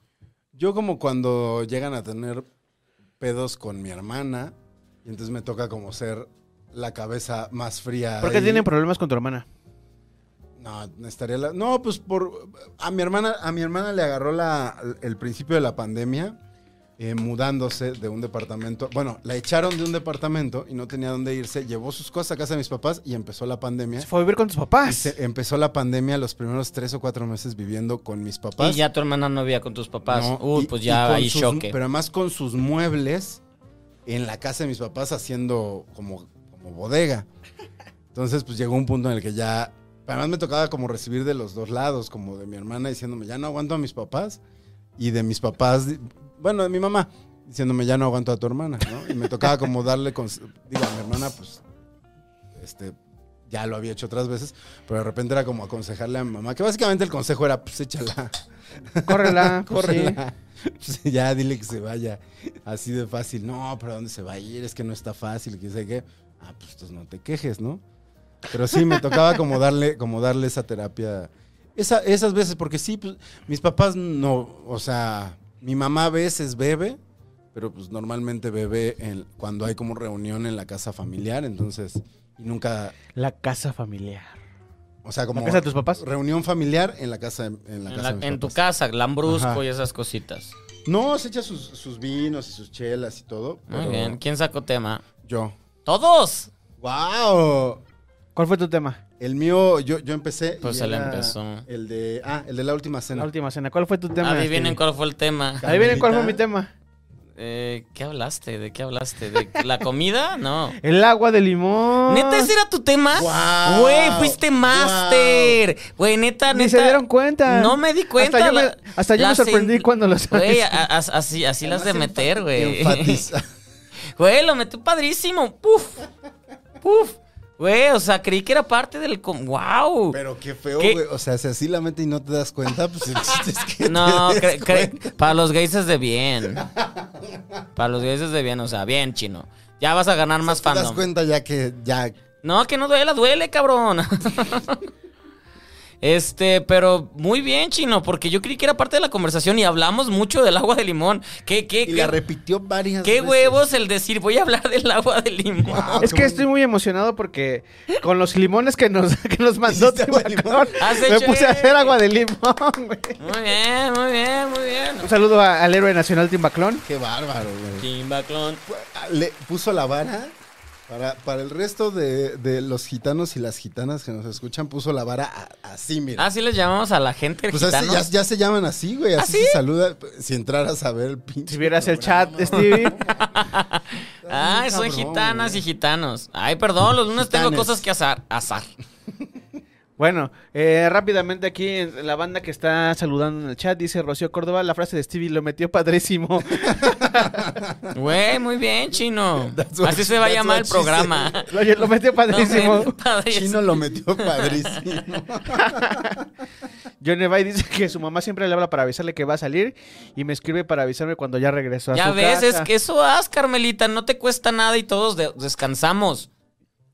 Yo como cuando llegan a tener pedos con mi hermana, y entonces me toca como ser la cabeza más fría. ¿Por qué ahí. tienen problemas con tu hermana? No, estaría la- No, pues por... A mi hermana, a mi hermana le agarró la, el principio de la pandemia eh, mudándose de un departamento. Bueno, la echaron de un departamento y no tenía dónde irse. Llevó sus cosas a casa de mis papás y empezó la pandemia. Se fue a vivir con tus Y papás. se- empezó la pandemia los primeros tres o cuatro meses viviendo con mis papás. Y ya tu hermana no vivía con tus papás. No, Uy, y- pues y ya con ahí sus- choque. Pero además con sus muebles en la casa de mis papás haciendo como, como bodega. Entonces, pues llegó un punto en el que ya. Además, me tocaba como recibir de los dos lados, como de mi hermana diciéndome, ya no aguanto a mis papás. Y de mis papás, di- bueno, de mi mamá, diciéndome, ya no aguanto a tu hermana, ¿no? Y me tocaba como darle. cons- Digo, a mi hermana, pues. Este. Ya lo había hecho otras veces, pero de repente era como aconsejarle a mi mamá, que básicamente el consejo era, pues échala. Córrela, pues, sí. Córrela. Pues, ya dile que se vaya. Así de fácil. No, pero ¿a dónde se va a ir? Es que no está fácil, que sé qué. Ah, pues entonces no te quejes, ¿no? Pero sí, me tocaba como darle, como darle esa terapia. Esa- esas veces, porque sí, pues, mis papás no, o sea, mi mamá a veces bebe, pero pues normalmente bebe en- cuando hay como reunión en la casa familiar, entonces, y nunca, La casa familiar. o sea, como ¿La casa de tus papás? reunión familiar en la casa, de- en la En, casa la- de mis en tu papás. casa, lambrusco Ajá. y esas cositas. No, se echa sus, sus vinos y sus chelas y todo. Muy pero bien. ¿Quién sacó tema? Yo. ¡Todos! ¡Wow! ¿Cuál fue tu tema? El mío, yo, yo empecé. y Pues él era empezó. El de. Ah, el de la última cena. La última cena. ¿Cuál fue tu tema? Adivinen Stevie? cuál fue el tema. Adivinen cuál fue mi Carmelita. tema. Eh, ¿Qué hablaste? ¿De qué hablaste? ¿De la comida? No. El agua de limón. ¿Neta ese era tu tema? Guau. Güey, fuiste máster. Güey, neta, neta. Ni se dieron cuenta. No me di cuenta. Hasta yo La- me, hasta yo me las sorprendí en- cuando los Güey, a- a- así, así las de meter, güey. Enfatiza. Güey, lo metió padrísimo. Puf. Puf. Güey, o sea, creí que era parte del... com- ¡Wow! Pero qué feo, ¿Qué? güey. O sea, si así la mente y no te das cuenta, pues el chiste es que. No, te des cre- cre- cuenta. para los gays es de bien. Para los gays es de bien, o sea, bien, chino. Ya vas a ganar más Te das fandom. cuenta ya que ya. No, que no duela, duele, cabrón. Este, pero muy bien, chino, porque yo creí que era parte de la conversación y hablamos mucho del agua de limón. ¿Qué, qué, Y la qué, repitió varias qué veces. huevos el decir voy a hablar del agua de limón? Guau. Es que estoy muy emocionado porque con los limones que nos, que nos mandó ¿Hiciste agua de Timbacón, limón? Has me hecho- puse a hacer agua de limón, güey. Muy bien, muy bien, muy bien. Un saludo a- al héroe nacional Timbaclón. Qué bárbaro, güey. Timbaclón. ah, Le puso la vara. Para, para el resto de, de los gitanos y las gitanas que nos escuchan, puso la vara a- así, mira. Así Ah, les llamamos a la gente pues así, gitana. ya, ya se llaman así, güey. Así ¿Ah, sí? se saluda. Si entraras a ver el pinche. Si vieras el programa, chat, Stevie. Ay, Ah, son cabrón, gitanas güey. y gitanos. Ay, perdón, los lunes tengo Gitanes. cosas que azar. Azar. Bueno, eh, rápidamente aquí la banda que está saludando en el chat dice Rocío Córdoba, la frase de Stevie lo metió padrísimo. Güey, muy bien, chino. That's what Así she- se va a that's llamar what el she said. programa. Lo, lo metió padrísimo. No, padrísimo. Chino lo metió padrísimo. Johnny Bay dice que su mamá siempre le habla para avisarle que va a salir y me escribe para avisarme cuando ya regresó a Ya su ves, casa. es que eso haz, Carmelita, no te cuesta nada y todos de- descansamos.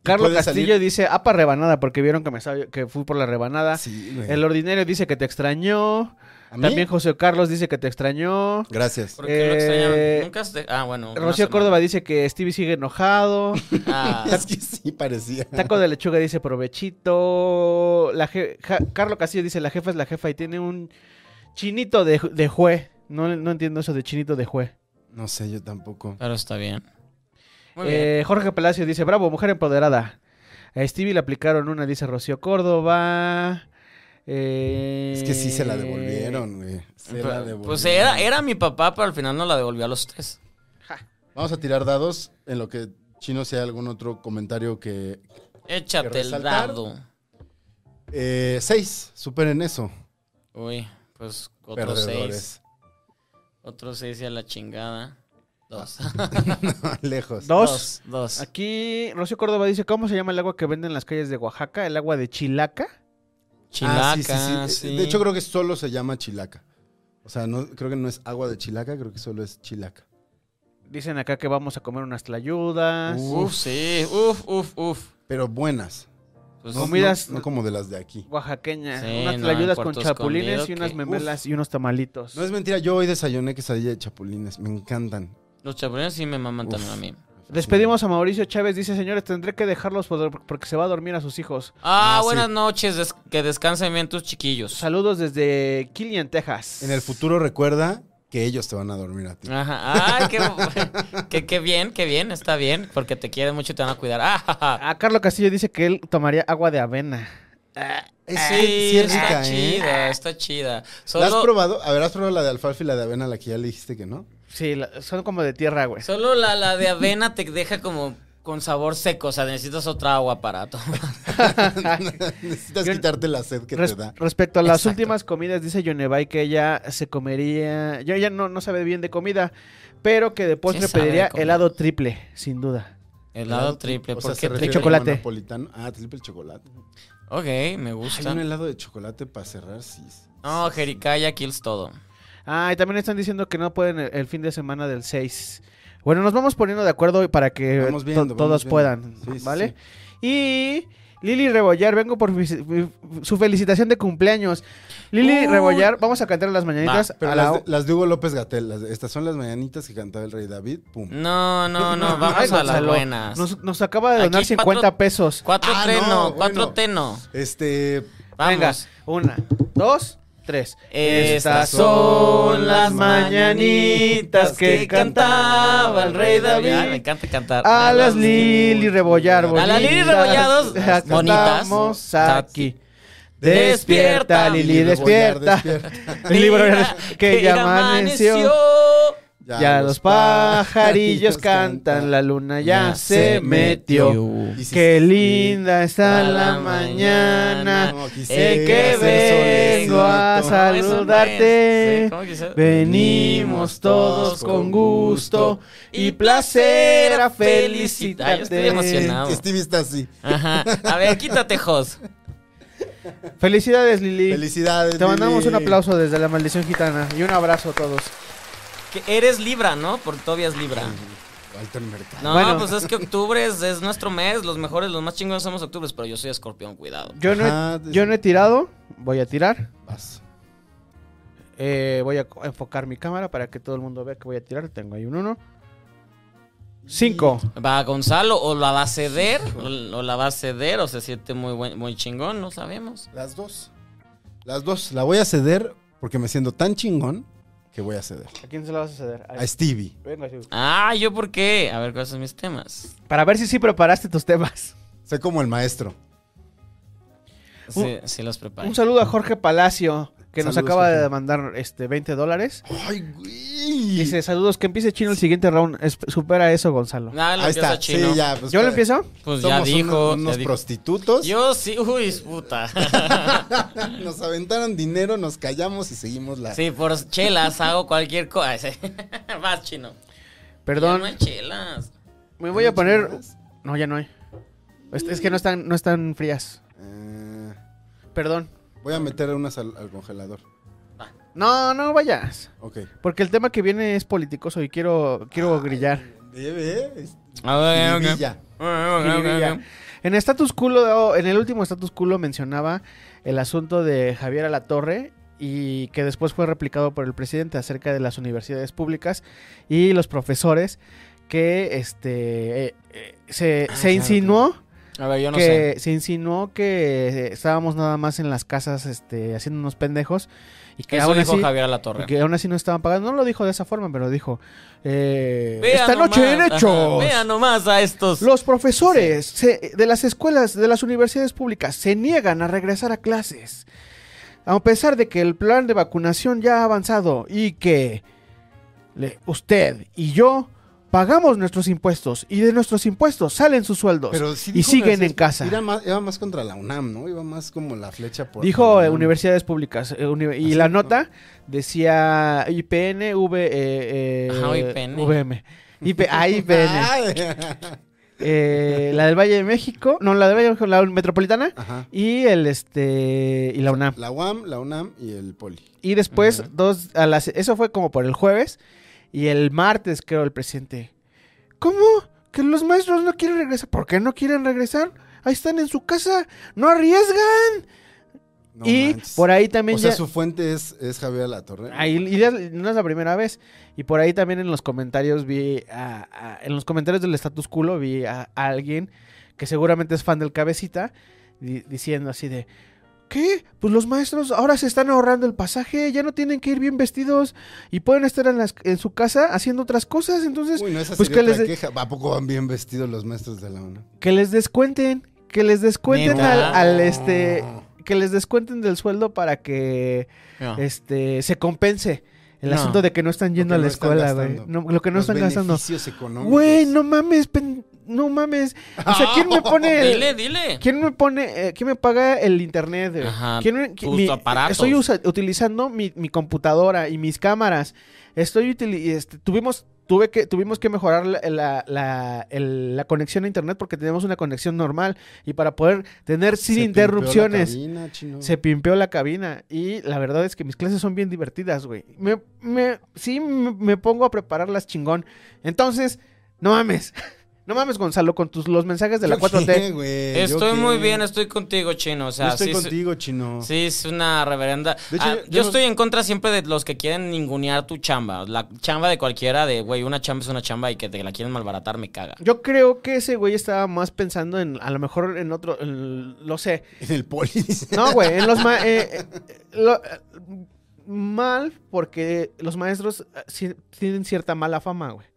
Carlos Puede Castillo salir. dice, apa rebanada, porque vieron que me estaba- que fui por la Ah, rebanada. Sí, güey. El ordinario dice que te extrañó. ¿A mí? También José Carlos dice que te extrañó. Gracias. Porque lo Eh, extrañaron. Nunca se- Ah, bueno. una Rocío semana. Córdoba dice que Stevie sigue enojado. Ah, Es que sí parecía. Taco de lechuga dice provechito. La je- ja- Carlos Castillo dice la jefa es la jefa y tiene un chinito de, de jue. No, no entiendo eso de chinito de jue. No sé, yo tampoco. pero está bien. Muy bien. Eh, Jorge Palacio dice, bravo, mujer empoderada. A Stevie le aplicaron una, dice Rocío Córdoba. Eh, Es que sí se la devolvieron, güey. Se la Pero- devolvieron. Pues era, era mi papá, pero al final no la devolvió a los tres. Vamos a tirar dados en lo que Chino sea algún otro comentario que... Échate el resaltar? dado. Eh, seis, superen eso. Uy, pues otro seis. Perdedores. Otro seis y a la chingada. Dos. Ah, Lejos. Dos. Dos. Aquí Rocío Córdoba dice, ¿cómo se llama el agua que venden en las calles de Oaxaca? ¿El agua de Chilaca? Chilaca, Ah, sí, sí, sí. sí. De hecho, creo que solo se llama chilaca. O sea, no, creo que no es agua de chilaca, creo que solo es chilaca. Dicen acá que vamos a comer unas tlayudas. Uh, Uf, sí. Uf, uf, uf. Pero buenas. Pues, No- Comidas- No, no como de las de aquí. Oaxaqueñas. Sí, unas no, tlayudas en con Puerto chapulines Escondido y unas que- memelas y unos tamalitos. No es mentira, yo hoy desayuné quesadilla de chapulines. Me encantan. Los chapulines sí me maman Uf. también a mí. Despedimos a Mauricio Chávez, dice, señores, tendré que dejarlos por- porque se va a dormir a sus hijos. Ah, Ah, sí. buenas noches. des- que descansen bien tus chiquillos. Saludos desde Killian, Texas. En el futuro recuerda que ellos te van a dormir a ti. Ah, Ajá. Ay, qué, qué, qué bien, qué bien. Está bien. Porque te quieren mucho y te van a cuidar. Ah, ja, ja. A Carlos Castillo dice que él tomaría agua de avena. Es, sí, sí es está rica, ¿eh? chida, está chida. ¿La has Solo, probado? A ver, ¿has probado la de alfalfa y la de avena, la que ya le dijiste que no? Sí, la- son como de tierra, güey. solo la, la de avena te deja como con sabor seco. O sea, necesitas otra agua para tomar. Necesitas Yo- quitarte la sed que Res- te da. Respecto a las Exacto. últimas comidas, dice Yonevay que ella se comería. Yo ya no, no sabe bien de comida, pero que de postre sabe de pediría comida. helado triple, sin duda. Helado triple. O sea, ¿Por se qué refiere triple? De chocolate. como napolitano. Ah, triple chocolate. Ok, me Hay gusta. un helado de chocolate para cerrar, sí. No, Jericaya kills todo. Ah, y también están diciendo que no pueden el, el fin de semana del 6. Bueno, nos vamos poniendo de acuerdo para que Vamos to- viendo, vamos todos viendo. puedan, Sí, sí, ¿vale? Y Lili Rebollar, vengo por mi- mi- su felicitación de cumpleaños. Lili Uy. Rebollar, vamos a cantar las mañanitas. Va, Pero a la- las de, las de Hugo López Gatel, estas son las mañanitas que cantaba el rey David. Pum. Mm. No, no, no, Ay, vamos a las Gonzalo, buenas. Nos, nos acaba Aquí de donar cuatro- 50 pesos. Cuatro Ah, teno, no, cuatro bueno. teno. Este. Vamos. Venga, una, dos, tres. Estas son las mañanitas que cantaba el rey David. Ay, me encanta cantar. A las Lili Rebollar, A las Lili bonitas, Rebollados, las bonitas. Estamos aquí. Despierta, Despierta, Lili, Lili Rebollar, despierta. Lili Rebollar, que ya amaneció. Ya, Ya los pajarillos cantan, la luna ya Ya se se metió. Y sí, Qué sí. linda está A la la mañana. mañana. No, quisiera Eh, que ser vengo a solecito. No, eso no saludarte. es. Sí, ¿cómo que se- Venimos todos con gusto y placer a felicitarte. Ay, yo estoy emocionado. Stevie está así. Ajá. A ver, quítate, Jos. Felicidades, Lili. Felicidades. Te mandamos Lili. un aplauso desde la maldición gitana y un abrazo a todos. Que eres Libra, ¿no? Por Tobias Libra. Walter Mercado. No, Bueno. pues es que octubre es, es nuestro mes. Los mejores, los más chingones somos octubre. Pero yo soy escorpión, cuidado. Yo no, Ajá, he, yo no he tirado, voy a tirar. Vas. Eh, voy a co- enfocar mi cámara para que todo el mundo vea que voy a tirar. Tengo ahí un 1. 5. Va Gonzalo, o la va a ceder, o, o la va a ceder, o se siente muy, buen- muy chingón, no sabemos. Las dos. Las dos. La voy a ceder porque me siento tan chingón que voy a ceder. ¿A quién se la vas a ceder? Ahí. A Stevie. Venga, Jesús. Ah, ¿yo por qué? A ver, ¿cuáles son mis temas? Para ver si sí preparaste tus temas. Soy como el maestro. Sí, Un- sí los preparo. Un saludo a Jorge Palacio, que nos Saludos, acaba de Jorge. mandar este 20 dólares. Ay, güey. Dice, saludos, que empiece chino el siguiente round. Es- supera eso, Gonzalo. Ah, lo Ahí empieza está. chino. Sí, ya. pues, ¿Yo lo eh, empiezo? Pues somos ya dijo. Unos, unos ya dijo. prostitutos. Yo sí, uy, puta. nos aventaron dinero, nos callamos y seguimos la. sí, por chelas hago cualquier cosa. Sí. Vas, chino. Ya Perdón, no hay chelas. me voy a poner... No, ya no hay. Es, es que no están, no están frías. Eh, Perdón. voy a meter unas al, al congelador. No, no vayas. Ok. Porque el tema que viene es politicoso y quiero, quiero grillar. Debe, eh. A ver, Ah, ok. Grilla. Ok, ok, ok. Grilla. En status culo, oh, en el último status culo mencionaba el asunto de Javier Alatorre y que después fue replicado por el presidente acerca de las universidades públicas y los profesores que este eh, eh, se, se Ah, claro, insinuó A ver, yo no sé. que se insinuó que eh, estábamos nada más en las casas este haciendo unos pendejos y que Eso aún dijo así Javier La y Torre. que aún así no estaban pagando no lo dijo de esa forma pero dijo eh, Vea esta noche nomás, en ajá, hechos Vea nomás a estos. los profesores se- de las escuelas, de las universidades públicas, se niegan a regresar a clases. A pesar de que el plan de vacunación ya ha avanzado y que le- usted y yo pagamos nuestros impuestos y de nuestros impuestos salen sus sueldos Pero sí y dijo siguen universidades- en casa. Era más, iba más contra la UNAM, ¿no? Iba más como la flecha por. Dijo la eh, UNAM. universidades públicas eh, uni- y Así, la ¿no? nota decía IPN, V, eh, eh, Ajá, IPN. VM. IP, ah, IPN. Ay. Eh, la del Valle de México, no, la del Valle de México, la metropolitana Ajá. y el este y la UNAM. La UAM, la UNAM y el Poli. Y después Ujú. dos a las eso fue como por el jueves y el martes creo el presidente. ¿Cómo? Que los maestros no quieren regresar. ¿Por qué no quieren regresar? Ahí están en su casa, no arriesgan. No y manches. por ahí también O sea, ya- su fuente es, es Javier Alatorre. Ahí, y ya no es la primera vez. Y por ahí también en los comentarios vi. a- a- en los comentarios del status culo vi a, a alguien que seguramente es fan del cabecita di- diciendo así de. ¿Qué? Pues los maestros ahora se están ahorrando el pasaje, ya no tienen que ir bien vestidos y pueden estar en, las- en su casa haciendo otras cosas. Entonces, Uy, no, esa pues sería que otra les de- queja. ¿A poco van bien vestidos los maestros de la UNAM? que les descuenten, que les descuenten al, Neta. al, este, que les descuenten del sueldo para que No. este se compense el Ah. No. asunto de que no están yendo Lo a que no la están escuela, güey. gastando. No, lo que no Los están gastando. beneficios económicos. Güey, no mames, pen- no mames. O sea, ¿quién me pone el- Dile, dile. ¿Quién me pone, eh, quién me paga el internet? güey? Ajá, ¿Quién me- qui- tus aparatos. Estoy usa- utilizando mi, mi computadora y mis cámaras. Estoy utili- este, tuvimos, tuve que, tuvimos que mejorar la, la- la- el- la conexión a internet porque tenemos una conexión normal y para poder tener sin Se pimpeó la interrupciones. cabina, chino. Se pimpeó la cabina y la verdad es que mis clases son bien divertidas, güey. Me, me, sí, me, me pongo a prepararlas chingón. Entonces, no mames. No mames, Gonzalo, con tus los mensajes de la ¿Yo 4T. qué, güey? ¿Yo Estoy qué? muy bien, estoy contigo, chino. O Yo sea, estoy sí, contigo, chino. Sí, es una reverenda. De hecho, Ah, yo- yo yo no- estoy en contra siempre de los que quieren ningunear tu chamba. La chamba de cualquiera, de güey, una chamba es una chamba y que te la quieren malbaratar, me caga. Yo creo que ese güey estaba más pensando en, a lo mejor en otro, en- lo sé. En el Poli. dice. No, güey, en los ma- eh, eh, lo- eh, mal porque los maestros eh, sí- tienen cierta mala fama, güey.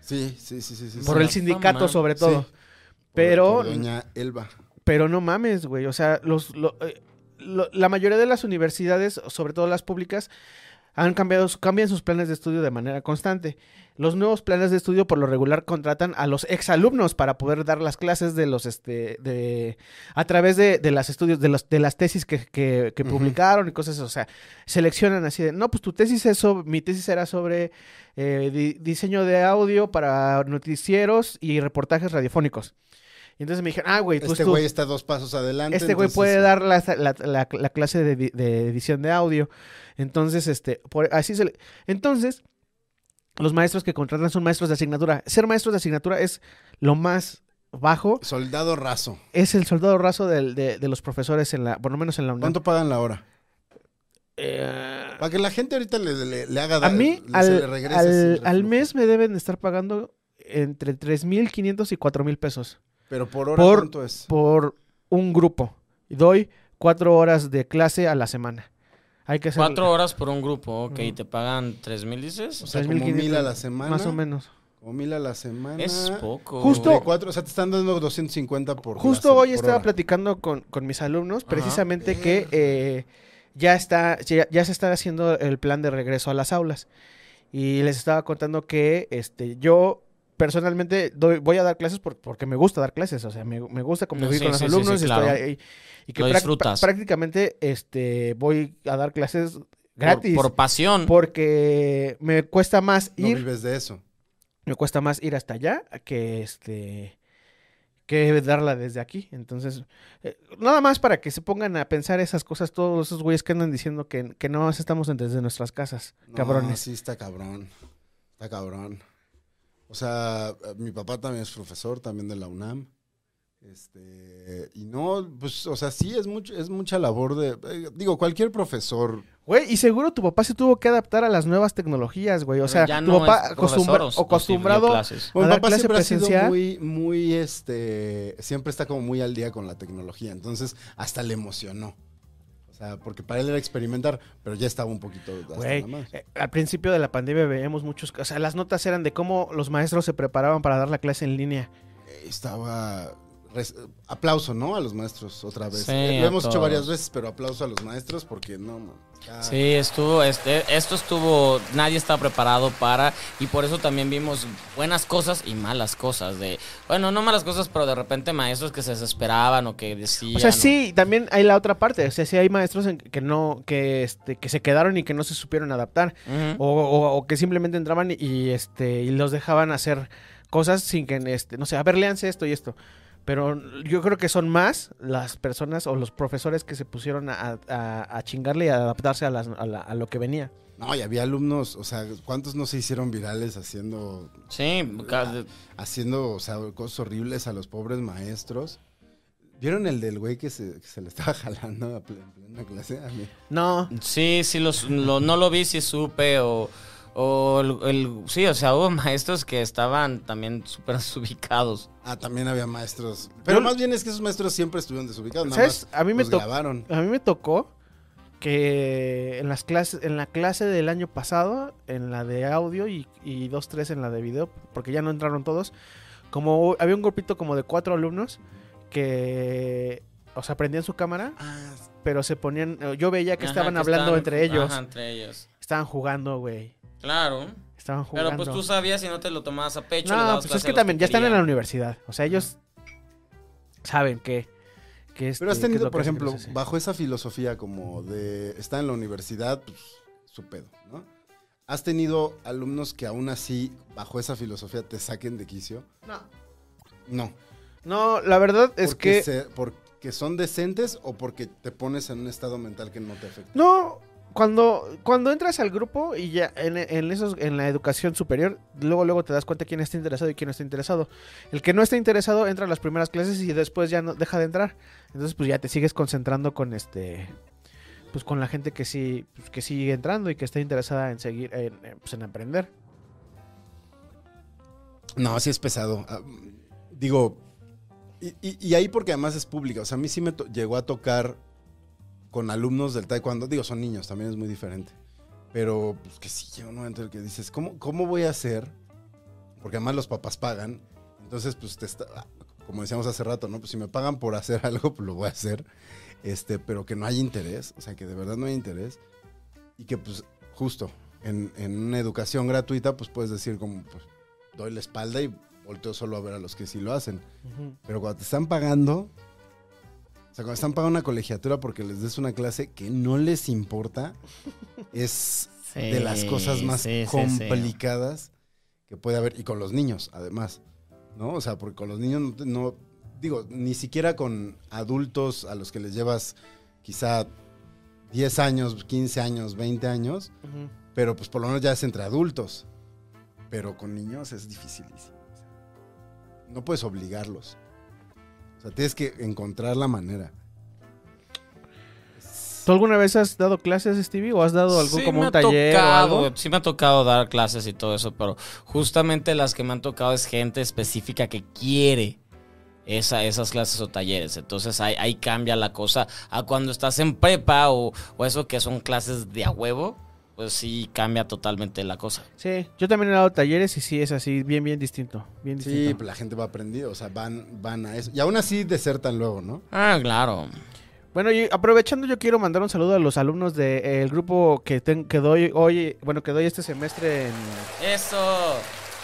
Sí, sí, sí, sí. sí, Por sí. el sindicato fama. sobre Sí. todo. Por- Pero por Doña Elba. Pero no mames, güey. O sea, los, lo- eh, lo- la mayoría de las universidades, sobre todo las públicas, han cambiado, su- cambian sus planes de estudio de manera constante. Los nuevos planes de estudio por lo regular contratan a los exalumnos para poder dar las clases de los este de a través de, de las estudios de los, de las tesis que, que- que Ujú. publicaron y cosas, o sea, seleccionan así de, no, pues tu tesis es sobre, mi tesis era sobre eh, di- diseño de audio para noticieros y reportajes radiofónicos. Y entonces me dijeron, ah, güey, pues Este tú- güey está dos pasos adelante. este güey entonces- eh, puede dar la, la- la- la clase de, di- de edición de audio. Entonces, este, por- así se le- Entonces, los maestros que contratan son maestros de asignatura. Ser maestros de asignatura es lo más bajo, Soldado raso. es el soldado raso del- de, de los profesores en la, por lo menos en la UNAM. ¿Cuánto pagan la hora? Eh, Para que la gente ahorita le, le- le haga a mí, se le al, regrese al- así el al reflujo. mes me deben estar pagando entre 3.500 y 4.000 pesos Pero por hora, por- ¿cuánto es? por un grupo. Y doy cuatro horas de clase a la semana. Hay que hacer Cuatro horas por un grupo, ok, Ujú. te pagan tres mil, dices. O sea, como 3,500, mil a la semana. Más o menos. Como mil a la semana. Es poco. Justo- Entre cuatro, o sea, te están dando 250 por Justo la- hoy por estaba hora. platicando con, con mis alumnos Ajá. precisamente que eh, ya, está, ya, ya se está haciendo el plan de regreso a las aulas. Y les estaba contando que este, yo personalmente doy- voy a dar clases por- porque me gusta dar clases. O sea, me, me gusta convivir Sí, con los sí, sí, sí, alumnos. y claro. estoy ahí- y que Lo práct- disfrutas. prácticamente este, voy a dar clases Por- gratis. Por, pasión. Porque me cuesta más No ir vives de eso. me cuesta más ir hasta allá que este que darla desde aquí. Entonces, eh, nada más para que se pongan a pensar esas cosas todos esos güeyes que andan diciendo que, que no estamos en- desde nuestras casas, No, cabrones. Sí, está cabrón. Está cabrón. O sea, eh, mi papá también es profesor, también de la UNAM. Este, y no, pues, o sea, sí, es, mucho, es mucha labor de. eh, digo, cualquier profesor. Güey, y seguro tu papá se tuvo que adaptar a las nuevas tecnologías, güey. O Pero sea, ya tu no papá es acostumbra- profesor, o o- o sí dio acostumbrado clases. a Bueno, mi dar papá clase siempre ha presencial. sido muy, muy, este. Siempre está como muy al día con la tecnología. Entonces, hasta le emocionó. O sea, porque para él era experimentar, pero ya estaba un poquito. hasta Güey, la madre. eh, al principio de la pandemia veíamos muchos, o sea, las notas eran de cómo los maestros se preparaban para dar la clase en línea. Eh, estaba. res- eh, aplauso, ¿no? A los maestros otra vez. Sí, Eh, Lo a hemos hecho todos. varias veces, pero aplauso a los maestros porque no. man, está- Sí, estuvo, este, esto estuvo, nadie estaba preparado para, y por eso también vimos buenas cosas y malas cosas, de, bueno, no malas cosas, pero de repente maestros que se desesperaban o que decían. O sea, o- sí, también hay la otra parte. O sea, sí hay maestros en que no, que, este, que se quedaron y que no se supieron adaptar. Ujú. O, o- o que simplemente entraban y, y, este, y los dejaban hacer cosas sin que, este, no sé, a ver, léanse esto y esto. Pero yo creo que son más las personas o los profesores que se pusieron a, a- a chingarle y a adaptarse a, las- a la- a lo que venía. No, y había alumnos, o sea, ¿cuántos no se hicieron virales haciendo, Sí, ca- haciendo o sea, cosas horribles a los pobres maestros? ¿Vieron el del güey que se, que se le estaba jalando a pl- en plena clase? A mí. No, sí, sí, los, lo- no lo vi, sí supe, o, o el, el- sí, o sea, hubo maestros que estaban también súper desubicados. Ah, también había maestros. Pero Yo- más bien es que esos maestros siempre estuvieron desubicados. Nada ¿sabes? más A mí me los tocó. grabaron. A mí me tocó que en las clases, en la clase del año pasado, en la de audio y, y dos, tres en la de video, porque ya no entraron todos, como había un grupito como de cuatro alumnos que o sea, prendían su cámara, Ah, pero se ponían, eh, yo veía que Ajá, estaban hablando estaban- entre ellos, ajá, entre ellos. estaban jugando, güey. Claro, Estaban jugando. pero pues tú sabías y no te lo tomabas a pecho. le No, dabas pues clase es a que los también ya están en querían. la universidad, o sea, ellos saben que que este, Pero has que es tenido, lo por que se ejemplo, les hace. bajo esa filosofía como de está en la universidad, pues su pedo, ¿no? ¿Has tenido alumnos que aún así, bajo esa filosofía, te saquen de quicio? No. No. No, la verdad es porque que se- ¿Porque son decentes o porque te pones en un estado mental que no te afecta? No, cuando, cuando entras al grupo y ya en, en esos, en la educación superior, luego, luego te das cuenta quién está interesado y quién no está interesado. El que no está interesado entra a las primeras clases y después ya no deja de entrar. Entonces, pues ya te sigues concentrando con este. Pues con la gente que sí, pues, que sigue entrando y que está interesada en seguir, en, en, pues, en aprender. No, sí es pesado. Ah, digo, y, y- y ahí porque además es pública. O sea, a mí sí me to- llegó a tocar con alumnos del taekwondo. Digo, son niños, también es muy diferente. Pero pues, que sí llega un momento en el que dices, ¿cómo, ¿cómo voy a hacer? Porque además los papás pagan. Entonces, pues, te está- ah, como decíamos hace rato, ¿no? Pues si me pagan por hacer algo, pues lo voy a hacer. Este, pero que no hay interés. O sea, que de verdad no hay interés. Y que pues ju- justo, en, en una educación gratuita, pues puedes decir como, pues, doy la espalda y volteo solo a ver a los que sí lo hacen. Pero cuando te están pagando, o sea, cuando están pagando una colegiatura porque les des una clase que no les importa, es Sí, de las cosas más sí, sí, sí. complicadas que puede haber. Y con los niños, además. ¿No? O sea, porque con los niños no, te- no- Digo, ni siquiera con adultos a los que les llevas quizá 10 años, 15 años, 20 años, Ujú. pero pues por lo menos ya es entre adultos. Pero con niños es dificilísimo. o sea, No puedes obligarlos. O sea, tienes que encontrar la manera. ¿Tú alguna vez has dado clases, Stevie? ¿O has dado algún Sí como me un ha taller o tocado, algo? güey. Sí me ha tocado dar clases y todo eso, pero justamente las que me han tocado es gente específica que quiere esa, esas clases o talleres. Entonces ahí, ahí cambia la cosa a cuando estás en prepa o, o eso que son clases de a huevo, pues sí cambia totalmente la cosa. Sí, yo también he dado talleres y sí es así, bien, bien distinto. Bien Sí, distinto. pues la gente va aprendiendo, o sea, van, van a eso. Y aún así desertan luego, ¿no? Ah, claro. Bueno, y aprovechando, yo quiero mandar un saludo a los alumnos del grupo que, ten- que doy hoy, bueno, que doy este semestre en, Eso.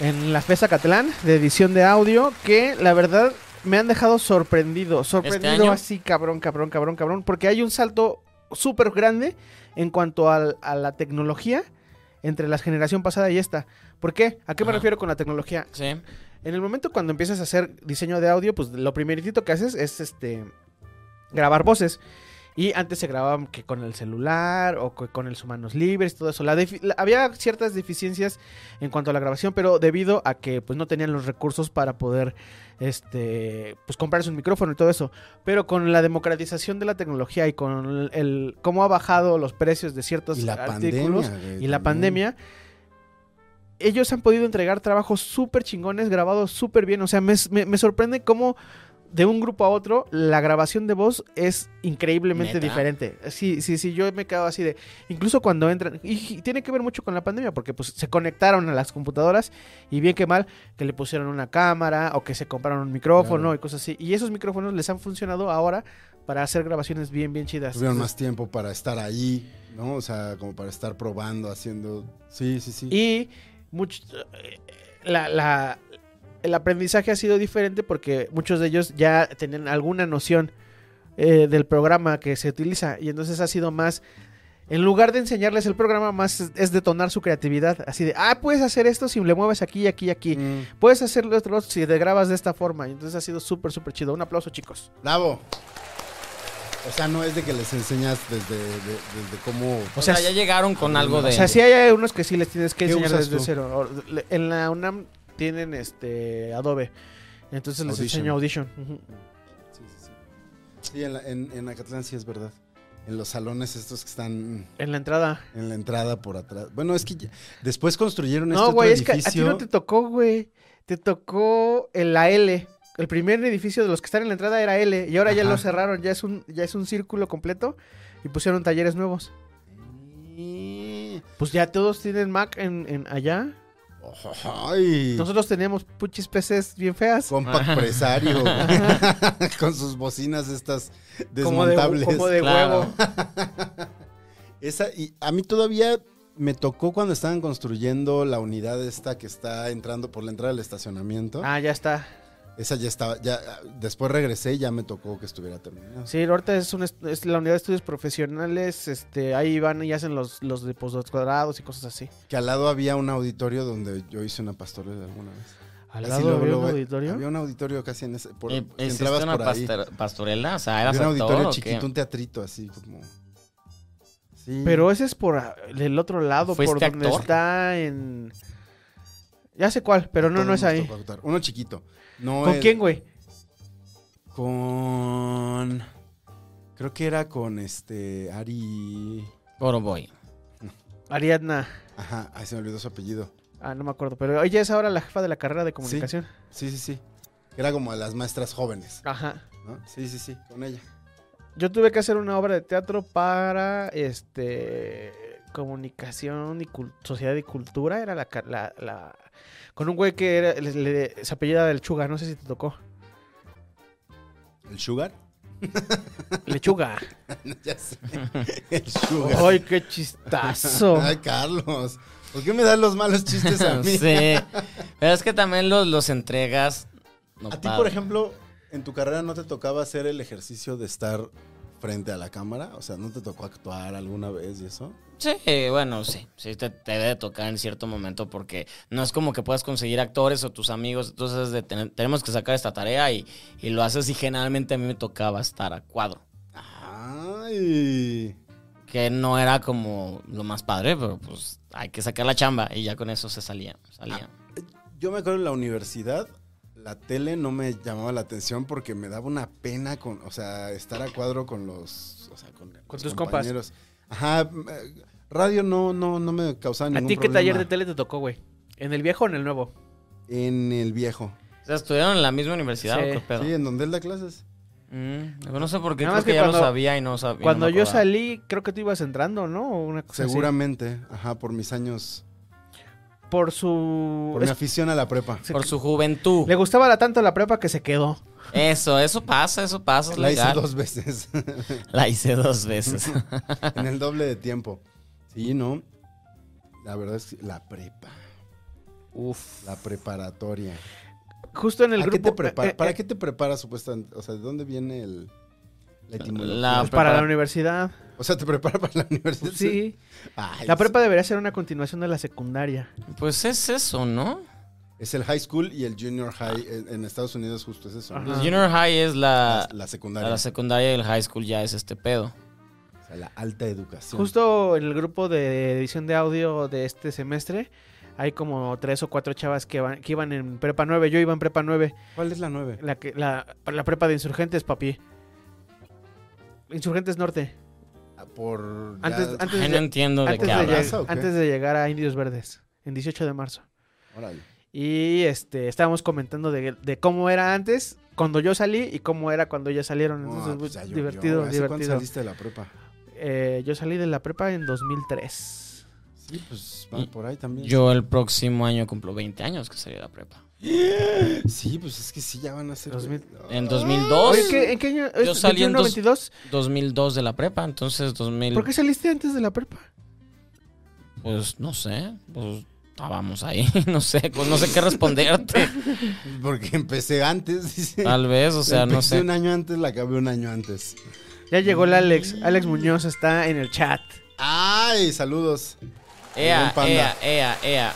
en la FESA Catalán de edición de audio, que la verdad me han dejado sorprendido, sorprendido año? así, cabrón, cabrón, cabrón, cabrón, porque hay un salto súper grande en cuanto al- a la tecnología entre la generación pasada y esta. ¿Por qué? ¿A qué me Ajá. refiero con la tecnología? Sí. En el momento cuando empiezas a hacer diseño de audio, pues lo primeritito que haces es este grabar voces. Y antes se grababan que con el celular o co- con el manos libres, todo eso. La defi- la- había ciertas deficiencias en cuanto a la grabación, pero debido a que pues no tenían los recursos para poder este pues comprarse un micrófono y todo eso. Pero con la democratización de la tecnología y con el, el- cómo ha bajado los precios de ciertos Y la artículos pandemia. güey, y la Eh, también. pandemia, ellos han podido entregar trabajos súper chingones, grabados súper bien. O sea, me, me- me sorprende cómo de un grupo a otro la grabación de voz es increíblemente ¿Neta? diferente. Sí, sí, sí, yo me quedo así de... Incluso cuando entran... Y, y tiene que ver mucho con la pandemia, porque pues se conectaron a las computadoras y bien que mal que le pusieron una cámara o que se compraron un micrófono Claro. y cosas así. Y esos micrófonos les han funcionado ahora para hacer grabaciones bien, bien chidas. Tuvieron Entonces, más tiempo para estar ahí, ¿no? O sea, como para estar probando, haciendo. Sí, sí, sí. Y mucho, eh, la, la- el aprendizaje ha sido diferente porque muchos de ellos ya tenían alguna noción eh, del programa que se utiliza. Y entonces ha sido más. En lugar de enseñarles el programa, más es- es detonar su creatividad. Así de, ah, puedes hacer esto si le mueves aquí, aquí, aquí. Mm. Puedes hacer lo otro si te grabas de esta forma. Y entonces ha sido súper, súper chido. Un aplauso, chicos. Bravo. O sea, no es de que les enseñas desde, de- desde cómo. O, O sea, ya sea, llegaron con algo de... Eh, O sea, sí hay unos que sí les tienes que ¿Qué enseñar usas desde tú? cero. O- le- En la UNAM tienen este Adobe. Entonces les Audition. enseño Audition. Ujú. Sí, sí, sí. Sí, en, la- en, en Acatlán sí es verdad. En los salones estos que están En la entrada. en la entrada por atrás. Bueno, es que ya- después construyeron este No, otro güey, es que a ti edificio. no te tocó, güey. Te tocó el la L. El primer edificio de los que están en la entrada era L y ahora ya Ajá. lo cerraron, ya es un ya es un círculo completo y pusieron talleres nuevos. Sí. Pues ya todos tienen Mac en, en allá. Ay, Nosotros teníamos puchis PCs bien feas. compact presario. Con sus bocinas estas Como de, desmontables. como de Claro. huevo. Esa, y a mí todavía me tocó cuando estaban construyendo la unidad esta que está entrando por la entrada del estacionamiento. Ah, ya está. Esa ya estaba, ya ah, después regresé y ya me tocó que estuviera terminada. Sí, ahorita es, un est- es la unidad de estudios profesionales, este, ahí van y hacen los, los de postdoctorados y cosas así. Que al lado había un auditorio donde yo hice una pastorela alguna vez. ¿Al Así lado luego, había un luego, eh, auditorio? Eh, Había un auditorio casi en ese, por, ¿Y- ¿Hiciste si entrabas eh, una por ahí. pastor- pastorela? O sea, Había ¿eras un actor auditorio o qué? chiquito, un teatrito así como. Sí. Pero ese es por ah, el otro lado, por ¿Fuiste donde actor? está en... Ya sé cuál, pero no, Todo no es nos ahí. tocó actuar. Uno chiquito. No ¿Con el- quién, güey? Con. Creo que era con este. Ari. Goroboy. Ariadna. Ajá, ay, se me olvidó su apellido. Ah, no me acuerdo, pero ella es ahora la jefa de la carrera de comunicación. Sí, sí, sí. Era como de las maestras jóvenes, Ajá. ¿no? Sí, sí, sí, con ella. Yo tuve que hacer una obra de teatro para, este, comunicación y cul- sociedad y cultura, era la, ca- la, la- con un güey que era, le- le- se apellida del Chuga, no sé si te tocó. ¿El Sugar? Lechuga. ya sé. El sugar. Ay, qué chistazo. Ay, Carlos. ¿Por qué me das los malos chistes a mí? Sí. Pero es que también los, los entregas. no ¿A ti, padre. por ejemplo, en tu carrera no te tocaba hacer el ejercicio de estar frente a la cámara? O sea, ¿no te tocó actuar alguna vez y eso? Sí, bueno, sí. Sí, te, te debe tocar en cierto momento porque no es como que puedas conseguir actores o tus amigos. Entonces, de tener- tenemos que sacar esta tarea y, y lo haces. Y generalmente a mí me tocaba estar a cuadro, Ay. que no era como lo más padre, pero pues hay que sacar la chamba. Y ya con eso se salía. salía. Yo me acuerdo en la universidad, la tele no me llamaba la atención porque me daba una pena con, o sea, estar a cuadro con los, o sea, con, los tus compas. compañeros. Ajá, eh, radio no, no, no me causaba ¿A ningún ti qué problema. taller de tele te tocó, güey? ¿En el viejo o en el nuevo? En el viejo. O sea, estudiaron en la misma universidad Sí. o qué pedo? Sí, en donde él da clases. Mm, yo no sé por qué creo Nada más que, que ya lo cuando- sabía y no sabía. Cuando yo salí, creo que tú ibas entrando, ¿no? O Una cosa así. Seguramente, ajá, por mis años, Por su... por mi es- afición a la prepa. se- Por su juventud. Le gustaba la tanto la prepa que se quedó. Eso, eso pasa, eso pasa. es La hice legal. dos veces, La hice dos veces. en el doble de tiempo. Sí, ¿no? La verdad es que la prepa, Uf. la preparatoria. Justo en el ¿A qué grupo... te prepara- eh, eh, ¿Para qué te preparas supuestamente? O sea, ¿de dónde viene el, la etimología? La- pues, para la prepara- universidad. O sea, ¿te preparas para la universidad? Sí. Ay, La es- prepa debería ser una continuación de la secundaria. Pues es eso, ¿no? Ah. Es el high school y el junior high. En, en Estados Unidos justo es eso. ¿no? Ajá. Pues junior high es la, La, la secundaria. la secundaria y el high school ya es este pedo. o sea, la alta educación. Justo en el grupo de edición de audio de este semestre hay como tres o cuatro chavas que, van, que iban en prepa 9. Yo iba en prepa 9. ¿Cuál es la nueve? La, que, la, la prepa de insurgentes, papi. Insurgentes Norte. Ah, Por... ya- Antes, antes, Ay, no de, entiendo de antes qué de hablas. lleg- ¿o qué? antes de llegar a Indios Verdes, en 18 de marzo. Órale. Y este estábamos comentando de, de cómo era antes, cuando yo salí y cómo era cuando ya salieron. No, Entonces, pues ya llovió. divertido, ¿Hace cuándo divertido. saliste de la prepa? Eh, yo salí de la prepa en 2003. Sí, pues van por ahí también. Yo el próximo año cumplo 20 años que salí de la prepa. Sí, pues es que sí, ya van a ser... 2000. En Ah. Oye, 2002, ¿qué- ¿en qué año? Yo salí en 21, dos- 22? 2002 de la prepa, entonces 2000, ¿Por qué saliste antes de la prepa? pues no sé, pues estábamos ahí, no sé, pues no sé qué responderte. Ah, Porque empecé antes, dice. Tal vez, Ah, o sea, no Empecé sé. un año antes, la acabé un año antes. Ya llegó el Alex. Alex Muñoz está en el chat. ¡Ay! Saludos. Ea, Algún panda. ea, ea, ea.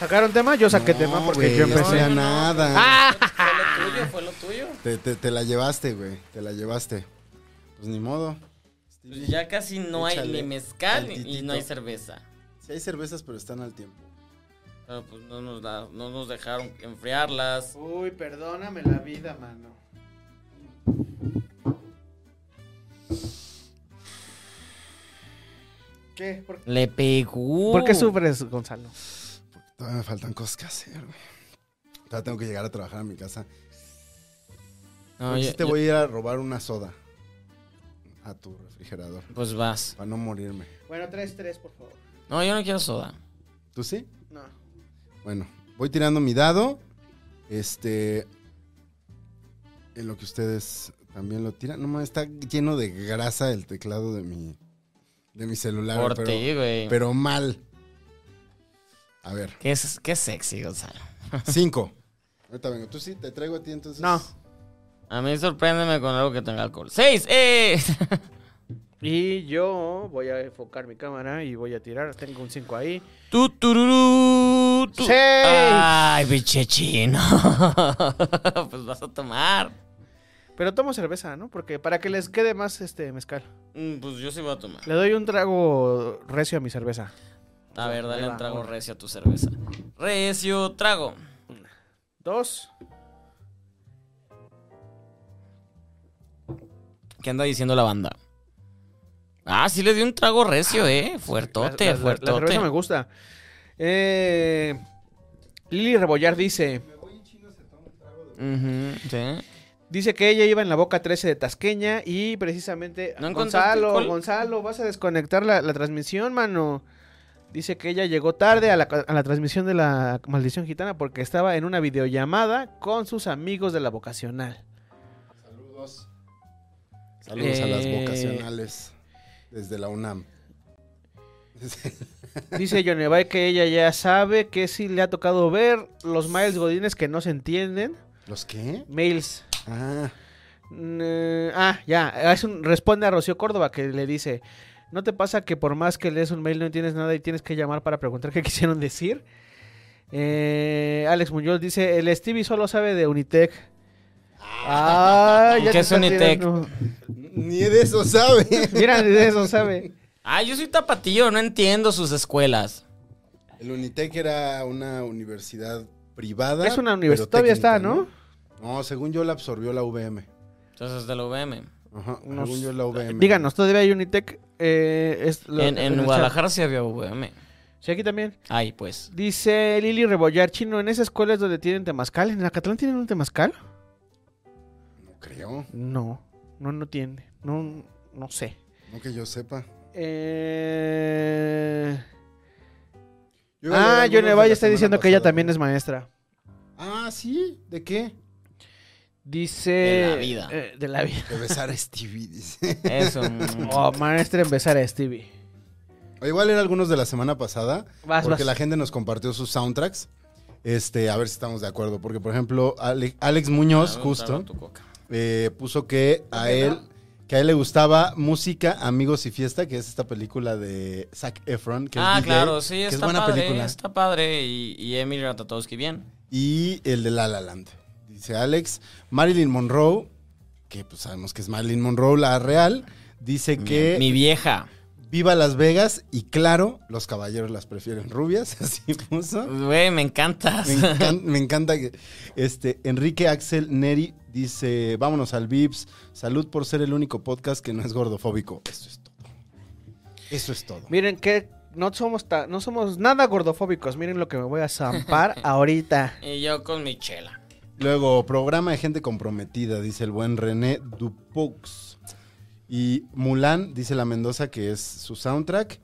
¿Sacaron tema? Yo saqué No, tema porque güey, yo no empecé. era nada. Fue lo tuyo, fue lo tuyo. Te, te- te la llevaste, güey. Te la llevaste. Pues ni modo. Pues ya casi no hay Échale ni mezcal ni- y tantitito. no hay cerveza. Sí hay cervezas, pero están al tiempo. Pero pues no nos, da- no nos dejaron enfriarlas. Uy, perdóname la vida, mano. ¿Qué? ¿Por, Le pegó. por qué sufres, Gonzalo? Todavía me faltan cosas que hacer, güey. Todavía tengo que llegar a trabajar a mi casa. No, yo- Porque Pues sí te yo- voy a ir a robar una soda a tu refrigerador. Pues vas. Para no morirme. Bueno, 3-3, por favor. No, yo no quiero soda. ¿Tú sí? No. Bueno, voy tirando mi dado. Este. En lo que ustedes también lo tiran. No mames, está lleno de grasa el teclado de mi. De mi celular. Por pero- ti, güey. pero mal. A ver, Qué, es- qué sexy, Gonzalo. cinco. Ahorita vengo. Tú sí, te traigo a ti entonces. No. A mí sorpréndeme con algo que tenga alcohol. ¡Seis! ¡Eh! Y yo voy a enfocar mi cámara y voy a tirar. Tengo un 5 ahí. ¡Tú, tururú! tú. ¡Seis! ¡Ay, biche chino! pues vas a tomar. Pero tomo cerveza, ¿no? Porque para que les quede más este mezcal. Mm, Pues yo sí voy a tomar. Le doy un trago recio a mi cerveza. A ver, dale Ahí un va, trago ahora. recio a tu cerveza. Recio trago. Dos. ¿Qué anda diciendo la banda? Ah, sí le di un trago recio, eh. Fuertote, Ah, La- la- la- La, fuertote. cerveza me gusta. Eh, Lili Rebollar dice... Ujú, sí. Dice que ella iba en la boca 13 de Tasqueña y precisamente... ¿No encontraste Gonzalo, alcohol? Gonzalo, vas a desconectar la, la transmisión, mano. Dice que ella llegó tarde a la, a la transmisión de la maldición gitana porque estaba en una videollamada con sus amigos de la vocacional. Saludos. Saludos a las Eh. vocacionales desde la UNAM. Dice Yonevay que ella ya sabe que sí le ha tocado ver los Miles Godines que no se entienden. ¿Los qué? Mails. Ah, Mm, eh, ah, ya. Es un, responde a Rocío Córdoba que le dice: ¿No te pasa que por más que lees un mail no entiendes nada y tienes que llamar para preguntar qué quisieron decir? Eh, Alex Muñoz dice: El Stevie solo sabe de Unitec. Ah, ¿Y ya qué te es estás Unitec? tirando. ni de eso sabe. Mira, de eso sabe. Ah, yo soy tapatillo, no entiendo sus escuelas. El Unitec era una universidad privada. Es una pero universidad, todavía técnica, está, ¿no? No, según yo la absorbió la UVM. Entonces, de la UVM. Ajá, Nos- según yo la UVM. Díganos, ¿todavía hay Unitec? Eh, es lo- En, en el chat. Guadalajara sí había UVM. Sí, aquí también. Ay, pues. Dice Lili Rebollar, chino, en esa escuela es donde tienen temazcal. ¿En Acatlán tienen un temazcal? No creo, No, no, no tiene. No, no sé. no que yo sepa. Eh... Yo iba a leer Ah, algunos de Yone la Valle está semana diciendo que ella pasada. también es maestra. Ah, ¿sí? ¿De qué? Dice... De la vida. eh, de la vida. De besar a Stevie, dice. Eso. mm. Oh, maestra en besar a Stevie. Igual era algunos de la semana pasada. Vas, porque vas. la gente nos compartió sus soundtracks. Este, a ver si estamos de acuerdo. Porque, por ejemplo, Ale- Alex Muñoz, Ah, justo, tu coca. eh, puso que a él. Que a él le gustaba música, amigos y fiesta, que es esta película de Zac Efron. Que es ah, DJ, claro, sí, que está es buena padre, película. está padre. Y, y Emily Ratatowski, bien. Y el de La La Land. Dice Alex. Marilyn Monroe, que pues sabemos que es Marilyn Monroe, la real. Dice que Mi vieja. viva Las Vegas y claro, los caballeros las prefieren rubias, así puso. Güey, me encantas. Me, encan- me encanta que este Enrique Axel Neri dice, "Vámonos al Vips. Salud por ser el único podcast que no es gordofóbico." Eso es todo. Eso es todo. Miren que no somos, ta- no somos nada gordofóbicos. Miren lo que me voy a zampar ahorita. y yo con mi chela. Luego, programa de gente comprometida, dice el buen René Dupaux. Y Mulan, dice la Mendoza, que es su soundtrack.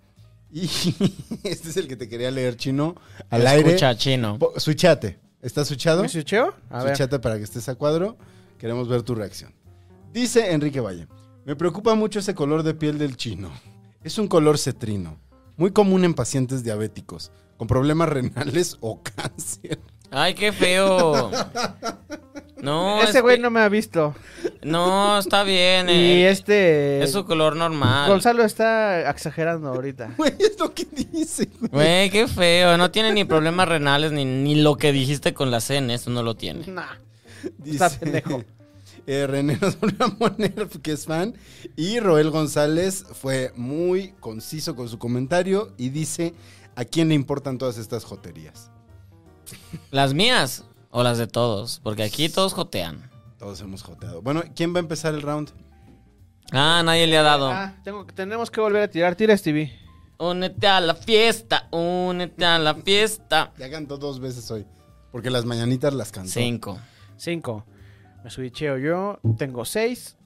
Y este es el que te quería leer, chino. Al Escucha, aire. chino. Po- Suchate. ¿Estás suchado? ¿Me switcheo? A ver. Suchate para que estés a cuadro. Queremos ver tu reacción. Dice Enrique Valle: Me preocupa mucho ese color de piel del chino. Es un color cetrino, muy común en pacientes diabéticos, con problemas renales o cáncer. Ay, qué feo. No, Ese es Este güey que- no me ha visto. no, está bien. Y eh, este... Es su color normal. Gonzalo está exagerando ahorita. Güey, es lo que dice, güey. Güey, qué feo. No tiene ni problemas renales ni, ni lo que dijiste con la C en eso no lo tiene. Nah. Dice, Está pendejo. eh, René nos volvió a poner que es fan. Y Roel González fue muy conciso con su comentario y dice: ¿A quién le importan todas estas joterías? ¿Las mías o las de todos? Porque aquí todos jotean. Todos hemos joteado. Bueno, ¿quién va a empezar el round? Ah, nadie le ha dado. Ah, tengo, tenemos que volver a tirar. Tira, Stevie. Únete a la fiesta, únete a la fiesta. Ya cantó dos veces hoy. Porque las mañanitas las cantó. Cinco. Cinco. Me switcheo yo. Tengo seis.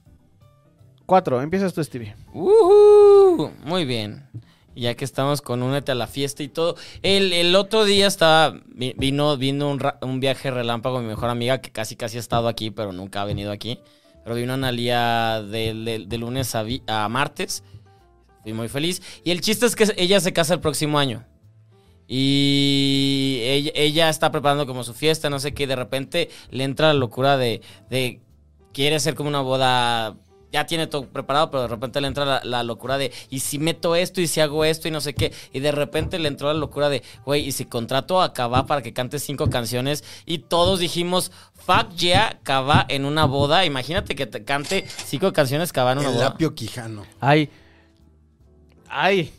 Cuatro. Empiezas tú, Stevie. Ujú, Muy bien. Ya que estamos con Únete a la fiesta y todo. El, el otro día estaba, vi- vino, vino un, ra- un viaje relámpago con mi mejor amiga que casi casi ha estado aquí, pero nunca ha venido aquí. Pero vino Analía de, de- de lunes a, vi- a martes. Fui muy feliz. Y el chiste es que ella se casa el próximo año. Y ella, ella está preparando como su fiesta, no sé qué. Y de repente le entra la locura de, de quiere ser como una boda. Ya tiene todo preparado, pero de repente le entra la, la locura de, y si meto esto, y si hago esto, y no sé qué. Y de repente le entró la locura de, güey, y si contrato a Cabá para que cante cinco canciones. Y todos dijimos, fuck yeah, Cabá en una boda. Imagínate que te cante cinco canciones Cabá en una El boda. lapio Quijano. Ay. Ay.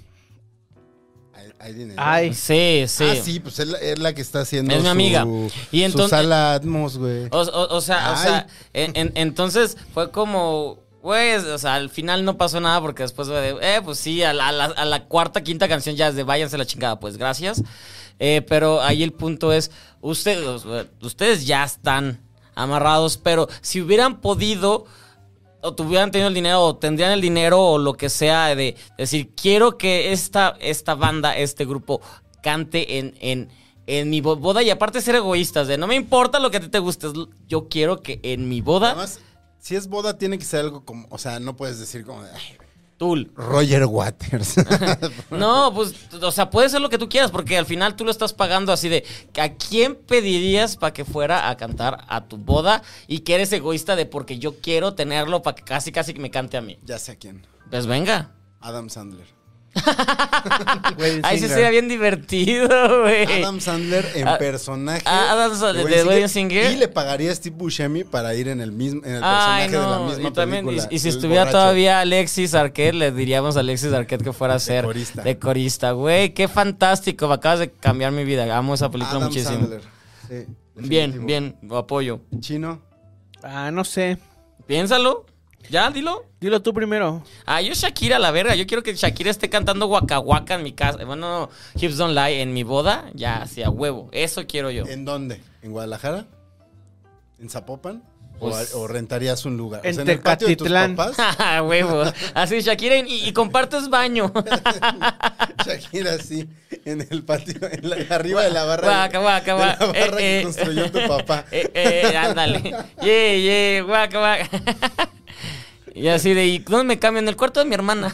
Hay, hay dinero. Ay. Sí, sí. Ah, sí, pues es la, es la que está haciendo. Es mi amiga. su- Y su entonces- sala Atmos, güey. O, o- o sea, o Ay. sea, en- en- entonces fue como, güey, o sea, al final no pasó nada porque después fue de, eh, pues sí, a la, a la- a la cuarta, quinta canción ya es de váyanse a la chingada, pues gracias. Eh, pero ahí el punto es, ustedes, ustedes ya están amarrados, pero si hubieran podido o tuvieran tenido el dinero o tendrían el dinero o lo que sea de decir, quiero que esta, esta banda, este grupo cante en, en, en mi bo- boda y aparte ser egoístas, de no me importa lo que a ti te guste, es lo- yo quiero que en mi boda Además, si es boda, tiene que ser algo como. O sea, no puedes decir como. de, "Ay, Tul. Roger Waters. No, pues, o sea, puede ser lo que tú quieras, porque al final tú lo estás pagando así de, ¿a quién pedirías para que fuera a cantar a tu boda? Y que eres egoísta de porque yo quiero tenerlo para que casi, casi me cante a mí. ya sé a quién. Pues venga. Adam Sandler. Wedding Ahí sí Singer. sería bien divertido, güey. Adam Sandler en Ah, personaje. ah, Adam Sandler, de Wedding Singer. Y le pagaría a Steve Buscemi para ir en el mismo en el personaje Ay, de la no. misma y, también, y- película. y si el estuviera borracho. todavía Alexis Arquette, le diríamos a Alexis Arquette que fuera a ser corista. de corista. Güey, qué fantástico. Me acabas de cambiar mi vida. Amo esa película Adam muchísimo. Sandler. Sí, definitivo. Bien, bien, lo apoyo. Chino. Ah, no sé. Piénsalo. Ya, dilo. Dilo tú primero. Ah, yo Shakira, la verga. Yo quiero que Shakira esté cantando Waka Waka en mi casa. Bueno, no, Hips Don't Lie en mi boda. Ya, sí, a huevo. Eso quiero yo. ¿En dónde? ¿En Guadalajara? ¿En Zapopan? ¿O, Pues- o rentarías un lugar? En o sea, en el patio de tus Tecatitlán. papás. A huevo. Así, Shakira, y, y compartes baño. Shakira así, en el patio, en la- arriba de la barra. Guaca, guaca, de la guaca. barra que construyó tu papá. Eh, eh, ándale. Yeah, yeah, guaca, guaca. Y así de, ¿y dónde me cambio? En el cuarto de mi hermana.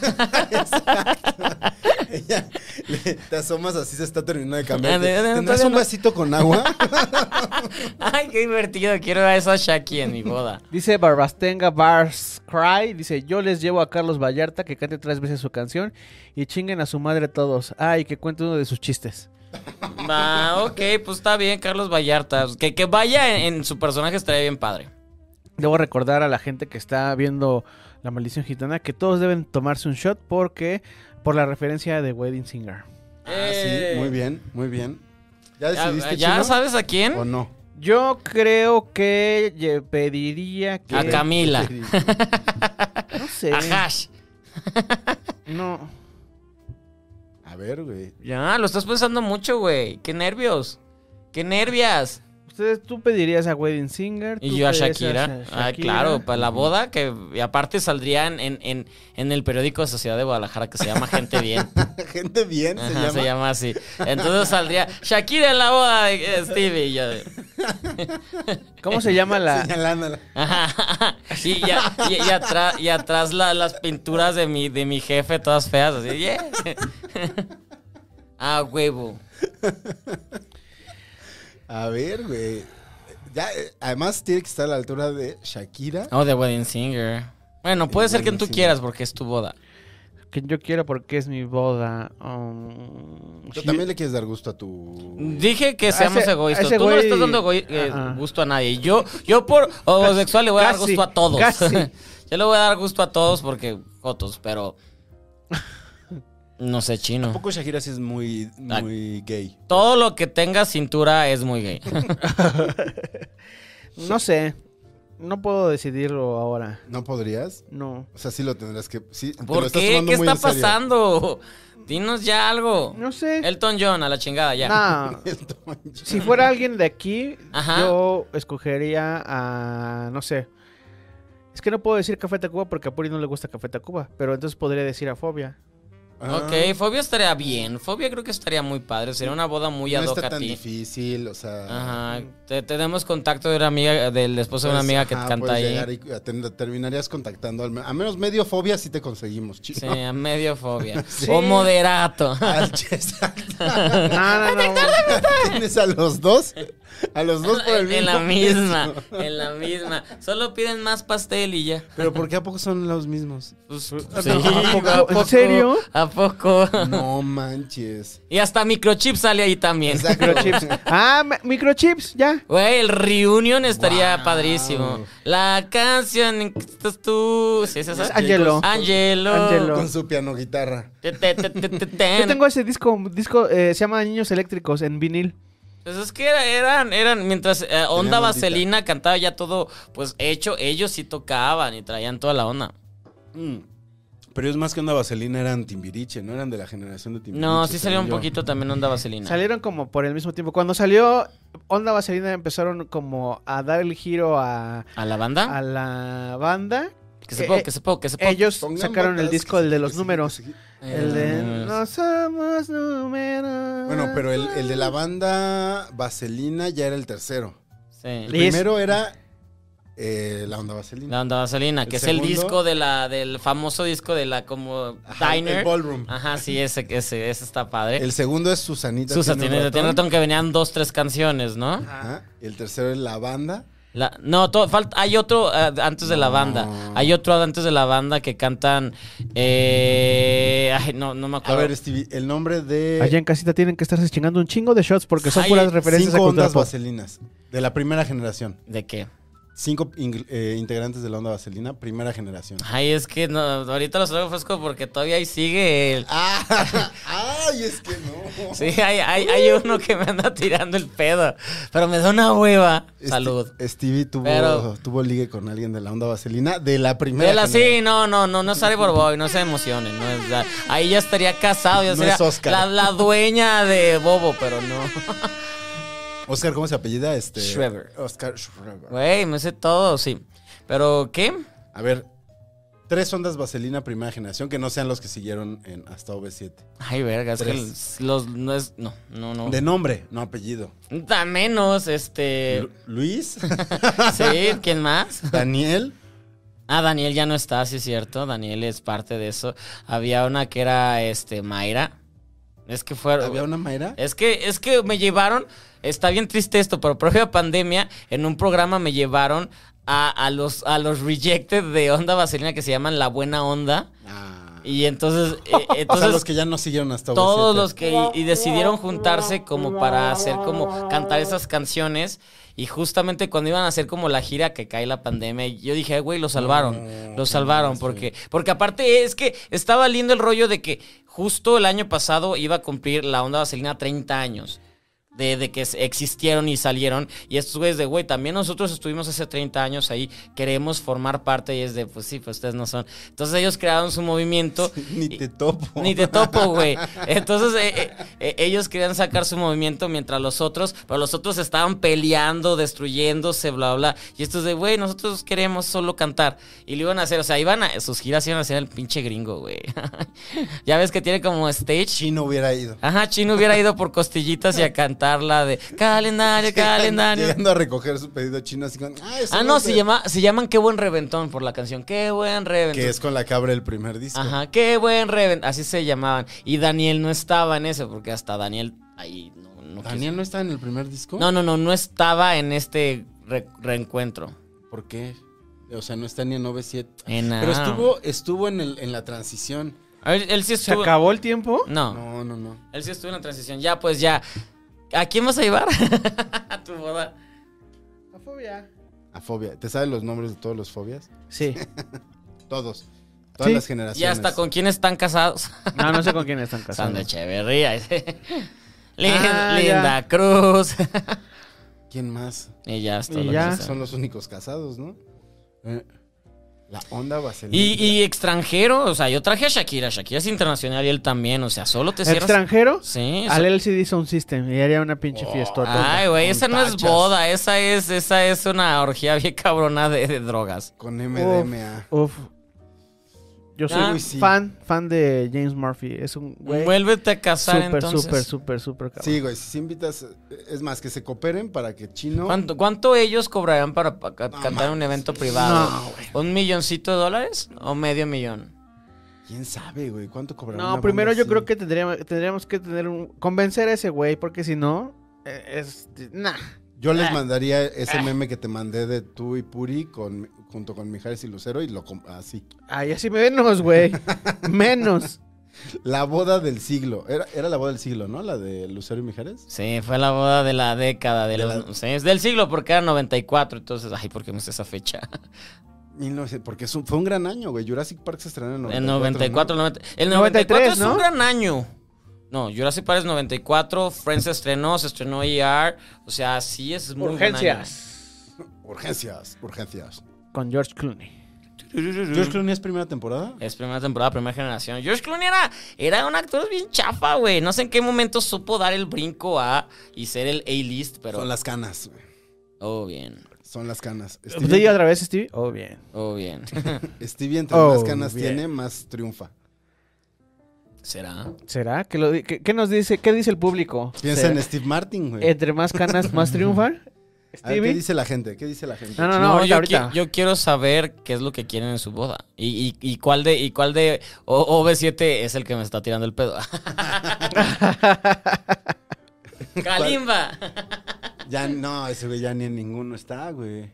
Ella, le- te asomas así, se está terminando de cambiar. Ya, ya, ya, ¿Tendrás Ah, todavía un no. vasito con agua? Ay, qué divertido. Quiero a esa Shakira en mi boda. Dice Barbastenga Bars Cry. Dice: Yo les llevo a Carlos Vallarta que cante tres veces su canción y chinguen a su madre todos. Ay, que cuente uno de sus chistes. Ah, ok, pues está bien, Carlos Vallarta. Pues Que, que vaya en, en su personaje estaría bien padre. Debo recordar a la gente que está viendo La Maldición Gitana que todos deben tomarse un shot porque por la referencia de Wedding Singer. Ah, sí, muy bien, muy bien. ¿Ya Eh. ¿Ya, decidiste, Eh, ya Chino? sabes a ¿O quién? no? Yo creo que ye- pediría que. A Camila. Sí. No sé. A Hash. No. A ver, güey. Ya, lo estás pensando mucho, güey. Qué nervios. Qué nervias. Ustedes, tú pedirías a Wedding Singer. tú Y yo a pedirías Shakira. Ah, Shakira. claro, para la boda que y aparte saldría en, en- en- en el periódico de Sociedad de Guadalajara que se llama Gente Bien. Gente bien, Ajá, se llama. así. Entonces saldría Shakira en la boda de eh, Stevie. Y yo de- ¿Cómo se llama la.? Señalándola. Ajá. Y, ya- y- y atrás, y atrás la- las pinturas de mi, de mi jefe, todas feas, así, yeah. Ah, huevo. A ver, güey. Ya, eh, además tiene que estar a la altura de Shakira. Oh, The Wedding Singer. Bueno, puede The ser quien tú Wedding Singer. quieras porque es tu boda. Que yo quiero porque es mi boda. Um, Tú Hugh- también le quieres dar gusto a tu... Dije que A seamos ese- egoístas. a ese Tú no le güey- estás dando egoí- eh, Ajá. gusto a nadie. Yo, yo por homosexual le voy a dar casi, gusto a todos. casi. yo le voy a dar gusto a todos porque Jotos, pero. No sé, chino. Tampoco Shakira sí es muy, muy gay. Todo lo que tenga cintura es muy gay. No sé. No puedo decidirlo ahora. ¿No podrías? No. O sea, sí lo tendrás que... Sí, te lo ¿Por estás qué? tomando ¿Qué muy está en serio. pasando? Dinos ya algo. No sé. Elton John, a la chingada, ya. No. si fuera alguien de aquí, Ajá. yo escogería a. No sé. Es que no puedo decir Café Tacuba porque a Puri no le gusta Café Tacuba. Pero entonces podría decir a Fobia. Ah, Ok, Fobia estaría bien. Fobia creo que estaría muy padre. Sería una boda muy No ad hoc está a tan ti. difícil, o sea... Ajá. Te- tenemos contacto de una amiga, del esposo de una puedes- amiga que pues, ajá, canta puedes ahí. llegar y atend- terminarías contactando al... me- A menos medio fobia sí te conseguimos, chico. Sí, a medio fobia. Sí. O moderato. Al Chester. No, no, no. Tienes a los dos. A los dos por el mismo. en la misma, precio. en la misma. Solo piden más pastel y ya. Pero ¿por qué a poco son los mismos? Pues, sí, ¿a poco? ¿a ¿En poco? serio? ¿A poco? No manches. Y hasta microchip sale ahí también. pues, Microchips. Ah, ma- microchips, ya. Güey, el reunion estaría Wow. padrísimo. La canción en que estás tú. ¿Sí es esa? Es Angelo. Angelo. Angelo. Con su piano guitarra. Te, te, te, te, te, te. Yo tengo ese disco, disco eh, se llama Niños Eléctricos en vinil. Pues es que era- eran, eran, mientras eh, Onda Tenían ondita. Vaselina cantaba ya todo, pues hecho, ellos sí tocaban y traían toda la onda. Mm. Pero es más que onda vaselina, eran timbiriche, no eran de la generación de timbiriche. No, sí salió según un yo. poquito también Onda Vaselina. Salieron como por el mismo tiempo. Cuando salió Onda Vaselina empezaron como a dar el giro a, ¿A la Ah. banda? a la banda. Que se po, Ah, eh, que se po, que se po. Eh, Ellos Pongan sacaron el botas, disco, que el sí, de que los sí, números. que sí. El de No somos números. Bueno, pero el, el de la banda Vaselina ya era el tercero. Sí. El Y es- primero era eh, la onda vaselina. La onda vaselina, El que es segundo. el disco de la, del famoso disco de la como Ajá, el Diner. Ah, Ballroom. Ajá, sí, ese, ese, ese está padre. El segundo es Susanita. Susa, un tiene, tiene ratón que venían dos, tres canciones, ¿no? Ajá. El tercero es La Banda. La- no, to- falta, hay otro ah, antes de la banda. Hay otro antes de la banda que cantan. eh, ay, no, no me A acuerdo. ver, Stevie, el nombre de Allá en casita tienen que estarse chingando un chingo de shots porque son Ay, puras referencias a eh, cinco cultura ondas pop. vaselinas de la primera generación. ¿De qué? Cinco ing- eh, integrantes de la onda vaselina, primera generación. Ay, es que no, ahorita los traigo fresco porque todavía ahí sigue el. Ah, ay, es que no. Sí, hay, hay, hay uno que me anda tirando el pedo. Pero me da una hueva. Este- Salud. Stevie tuvo, Pero- tuvo ligue con alguien de la onda vaselina de la primera. Vela, sí, generación. no, no, no, no es Ari Borboy, no se emocionen. No es- la- ahí ya estaría casado, ya No sería es Oscar. La, la dueña de Bobo, pero no. Oscar, ¿cómo se apellida? Este, Schreber. Oscar Schreber. Güey, me sé todo, sí. Pero, ¿qué? A ver, tres ondas vaselina primera generación que no sean los que siguieron en hasta OV7. Ay, verga, es Tres. que los, no es, no, no, no. De nombre, no apellido. Da menos, este, Lu- Luis, sí, ¿quién más? Daniel. Ah, Daniel ya no está, sí es cierto, Daniel es parte de eso. Había una que era, este, Mayra. Es que fue... ¿Había una Mayra? Es que, es que me llevaron, está bien triste esto, pero previo a pandemia, en un programa me llevaron a, a los, a los rejected de Onda Vaselina que se llaman La Buena Onda. Ah. Y entonces, eh, o sea, entonces los que ya no siguieron hasta OV7. todos los que y, y decidieron juntarse como para hacer como cantar esas canciones y justamente cuando iban a hacer como la gira que cae la pandemia yo dije "Ay, güey lo salvaron lo salvaron porque porque aparte es que estaba lindo el rollo de que justo el año pasado iba a cumplir la onda vaselina 30 años de, de que se- existieron y salieron. Y estos güeyes de, güey, también nosotros estuvimos hace 30 años ahí, queremos formar parte. Y es de, pues sí, pues ustedes no son. Entonces ellos crearon su movimiento. Ni y- te topo. ni te topo, güey. Entonces, eh, eh, eh, ellos querían sacar su movimiento mientras los otros, pero los otros estaban peleando, destruyéndose, bla, bla. Y estos de, güey, nosotros queremos solo cantar. Y lo iban a hacer, o sea, iban a, sus giras iban a hacer el pinche gringo, güey. ya ves que tiene como stage. Chino hubiera ido. Ajá, Chino hubiera ido por costillitas y a cantar la de calendario, calendario. Llegando a recoger su pedido chino así con... Ah, eso Ah, no, sé. se, llama, se llaman Qué buen reventón por la canción. Qué buen reventón. Que es con la cabra el primer disco. Ajá, qué buen Reven. Así se llamaban. Y Daniel no estaba en ese, porque hasta Daniel ahí no, no quiso. ¿Daniel no está en el primer disco? No, no, no, no estaba en este re- reencuentro. ¿Por qué? O sea, no está ni en OV7. En nada. Pero estuvo, estuvo en, el, en la transición. A ver, él sí ¿Se estuvo. acabó el tiempo? No, No, no, no. él sí estuvo en la transición. Ya, pues ya. ¿A quién vas a llevar? a tu boda. A fobia. ¿Te sabes los nombres de todos los fobias? Sí. Todos. Todas Sí. las generaciones. Y hasta con quién están casados. No, no sé con quién están Son de casados. Echeverría. ese. Lin- Ah, Linda Cruz. ¿Quién más? y ya, es todo Y lo que ya. sé. Son los únicos casados, ¿no? Eh, La onda vaselina. Y, y extranjero, o sea, yo traje a Shakira, Shakira es internacional y él también, o sea, solo te cierras. ¿Extranjero? Sí. o sea- Al LCD Sound System y haría una pinche fiestota. Ay, güey, con esa no es tachas. boda, esa es, esa es una orgía bien cabrona de, de drogas. Con MDMA. Uf. Yo soy Ah. muy Sí. fan, fan de James Murphy. Es un güey Vuélvete a casar súper, entonces. súper, súper, súper cabrón. Sí, güey. Si sí invitas... eh, Es más, que se cooperen para que Chino... ¿Cuánto, cuánto ellos cobrarán para, pa- ca- cantar en un evento privado? No, ¿Un milloncito de dólares o medio millón? ¿Quién sabe, güey? ¿Cuánto cobrará una No, banda primero yo así? creo que tendríamos, tendríamos que tener un, convencer a ese güey, porque si no, eh, es nah. Yo Ah. les mandaría ese meme que te mandé de tú y Puri con, junto con Mijares y Lucero y lo com- así. Ay, así menos, güey. Menos. La boda del siglo. Era, era la boda del siglo, ¿no? La de Lucero y Mijares. Sí, fue la boda de la década, de De los- la- sí, es del siglo, porque era 94, entonces, ay, ¿por qué me sé esa fecha? 1900, porque es un- fue un gran año, güey. Jurassic Park se estrenó en El 94, 94. ¿no? 90 el 94 93, es ¿no? un gran año. No, Jurassic Park es 94, Friends se estrenó, se estrenó ER, o sea, sí es muy Urgencias, urgencias. Con George Clooney. buen año. George Clooney es primera temporada. Es primera temporada, primera generación. George Clooney era, era un actor bien chafa, güey. No sé en qué momento supo dar el brinco a y ser el A-list, pero... Son las canas, güey. Oh, bien, Son las canas. ¿Te Stevie, digo otra vez, Stevie? Oh, bien. oh, bien. Stevie, entre Oh, más canas bien. tiene, más triunfa. ¿Será? ¿Será? ¿Qué, lo di- qué- qué nos dice? ¿Qué dice el público? Piensa ¿Será? en Steve Martin, güey. Entre más canas, más triunfa. A ver, ¿Qué Stevie. dice la gente? ¿Qué dice la gente? No, no, no, yo, ahorita, qui- ahorita. yo quiero saber qué es lo que quieren en su boda. Y, y- y cuál de, y cuál de O- OV7 es el que me está tirando el pedo. Kalimba. Ya no, ese güey ya ni en ninguno está, güey.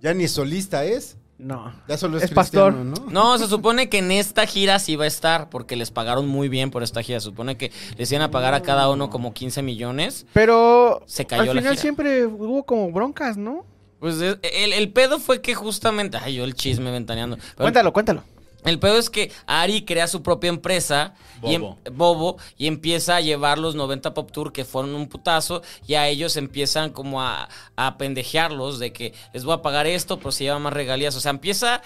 Ya ni solista es. No. Ya solo es, Es pastor. cristiano, ¿no? No, se supone que en esta gira sí va a estar, porque les pagaron muy bien por esta gira. Se supone que les iban a pagar a cada uno como 15 millones. Pero Se cayó al la final gira. siempre hubo como broncas, ¿no? Pues es- el, el pedo fue que justamente. Ay, yo el chisme ventaneando. Pero- Cuéntalo, cuéntalo. El pedo es que Ari crea su propia empresa, y em- Bobo. Bobo, y empieza a llevar los 90 Pop Tour que fueron un putazo, y a ellos empiezan como a, a pendejearlos de que les voy a pagar esto, pero se lleva más regalías. O sea, empieza,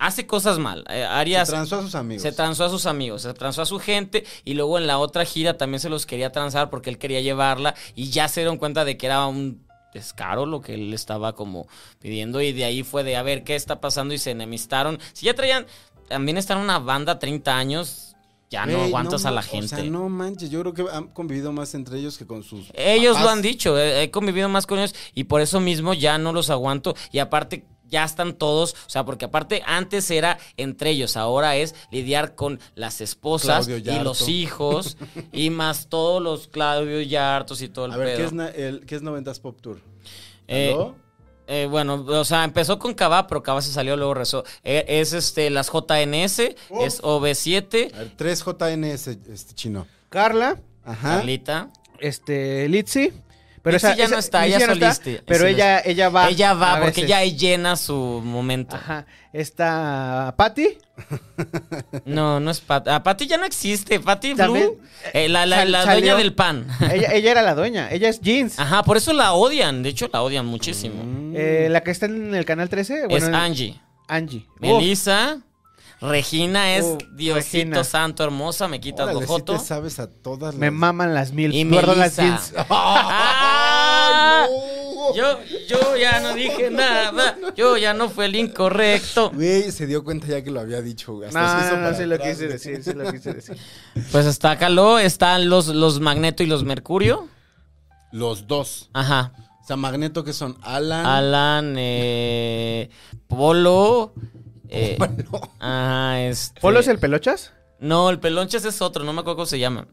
hace cosas mal. Eh, Ari Se hace- transó a sus amigos. se transó a sus amigos, se transó a su gente y luego en la otra gira también se los quería transar porque él quería llevarla y ya se dieron cuenta de que era un descaro lo que él estaba como pidiendo y de ahí fue de a ver qué está pasando y se enemistaron. Si ya traían, también están una banda 30 años, ya no Güey, aguantas a la ma- gente. O sea, no manches, yo creo que han convivido más entre ellos que con sus. Ellos lo papás. han dicho, eh, he convivido más con ellos y por eso mismo ya no los aguanto y aparte ya están todos, o sea, porque aparte antes era entre ellos, ahora es lidiar con las esposas Claudio y Yarto. los hijos y más todos los Claudio Yartos y todo el A ver, ¿qué pedo. es, na- el, ¿qué es 90s Pop Tour? Eh, ¿Aló? eh, bueno, o sea, empezó con Cava, pero Cava se salió, luego rezó. Eh, es este, las JNS, es OV7, A ver, 3JNS, este chino. Carla, Ajá. Carlita. este, Litzy. Pero Litzy esa, ya esa- no está, Litzy ya no está, soliste. Pero Sí, ella, ella va. Ella va a porque veces. ya llena su momento. Ajá. Está Patty. No, no es Patty. Ah, Patty ya no existe. Patty También, Blue. eh, la la- sal- la salió. dueña del pan. Ella, ella era la dueña. Ella es Jeans. Ajá, por eso la odian. De hecho, la odian muchísimo. Eh, la que está en el canal 13. Bueno, es en- Angie. Angie. Melissa. Regina es Uh, Diosito Regina. santo hermosa. Me quitas Órale, los sí jotos. te sabes a todas Me las. maman las mil. Y Perdón, las Melissa. jeans. Ah, ¡No! yo, yo ya no dije nada. Yo ya no fue el incorrecto. Güey, se dio cuenta ya que lo había dicho, güey. No, Hasta se hizo no, no, para sí lo atrás, quise güey. decir, sí lo quise decir. Pues está Caló. Están los, los Magneto y los Mercurio. Los dos. Ajá. O sea, Magneto que son Alan. Ah. Alan, eh, Polo. eh, Bueno, Ajá, este. ¿Polo es el pelochas? No, el pelonches es otro, no me acuerdo cómo se llama.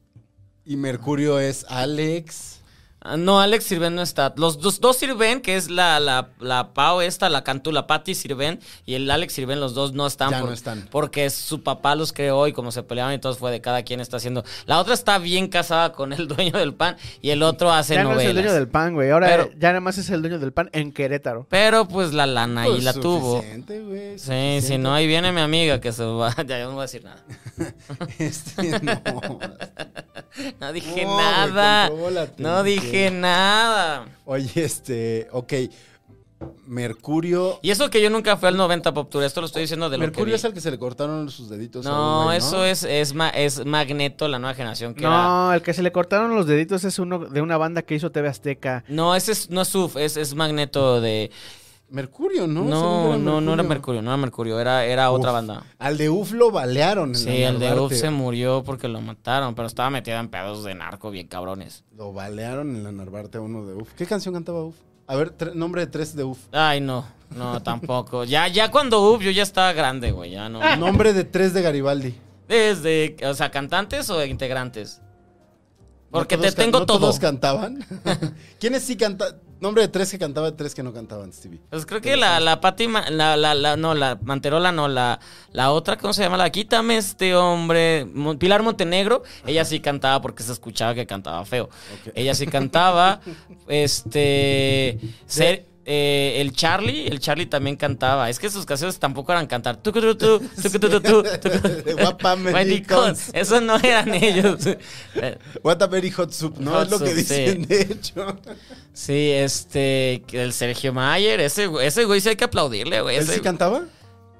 Y Mercurio es Alex. Ah, No, Alex Sirven no está. Los dos, dos Sirven, que es la, la, la Pau esta, la Cantú, la Patty Sirven, y el Alex Sirven, los dos no están. Ya no están. Porque su papá los creó y como se peleaban y todo fue de cada quien está haciendo. La otra está bien casada con el dueño del pan y el otro hace Ya no novelas. es el dueño del pan, güey. Ahora Pero- ya nada más es el dueño del pan en Querétaro. Pero pues la lana ahí Pues, la tuvo. suficiente, güey, Sí, si suficiente. no, ahí viene mi amiga que se va. Ya yo no voy a decir nada. Este, no. No dije No, güey, nada. contrólate, no güey. dije nada. Oye, este, ok. Mercurio. Y eso que yo nunca fui al 90 Pop Tour, esto lo estoy diciendo de lo Mercurio que vi. es al que se le cortaron sus deditos. a un No, güey, eso es, es, ma- es Magneto, la nueva generación que era- No, el que se le cortaron los deditos es uno de una banda que hizo TV Azteca. No, ese es, no es Suf, es, es Magneto de... Mercurio, ¿no? No, Según no, no, era Mercurio, no era Mercurio, era, era otra Uf. banda. Al de Uf lo balearon. en la Sí, el de Uf Narvarte. se murió porque lo mataron, pero estaba metido en pedazos de narco bien cabrones. Lo balearon en la Narvarte a uno de Uf. ¿Qué canción cantaba Uf? A ver, tre- nombre de tres de Uf. Ay, no, no, tampoco. Ya, ya cuando Uf, yo ya estaba grande, güey, ya no. Nombre de tres de Garibaldi. Desde, o sea, cantantes o integrantes. Porque No te todos can- tengo no todo. todos cantaban? ¿Quiénes sí cantaban? Nombre de tres que cantaban, tres que no cantaban, Stevie. Pues creo que la, la Pati, Ma- la, la, la- no, la Manterola, no, la, la otra, ¿cómo se llama? La Quítame este hombre, Mon- Pilar Montenegro, ella sí cantaba porque se escuchaba que cantaba feo. Ella sí cantaba, este, ser, eh, el Charlie, el Charlie también cantaba. Es que sus canciones tampoco eran cantar. Tú, tú, tú, tú, tú, tú, tú, tú, tú. Guapa, melicons. Eso no eran ellos. Eh, What a very hot soup, ¿no? Hot es lo que soup, dicen, sí. de hecho. Sí, este, el Sergio Mayer, ese, güey- ese güey sí hay que aplaudirle, güey. ¿Él ese- sí cantaba?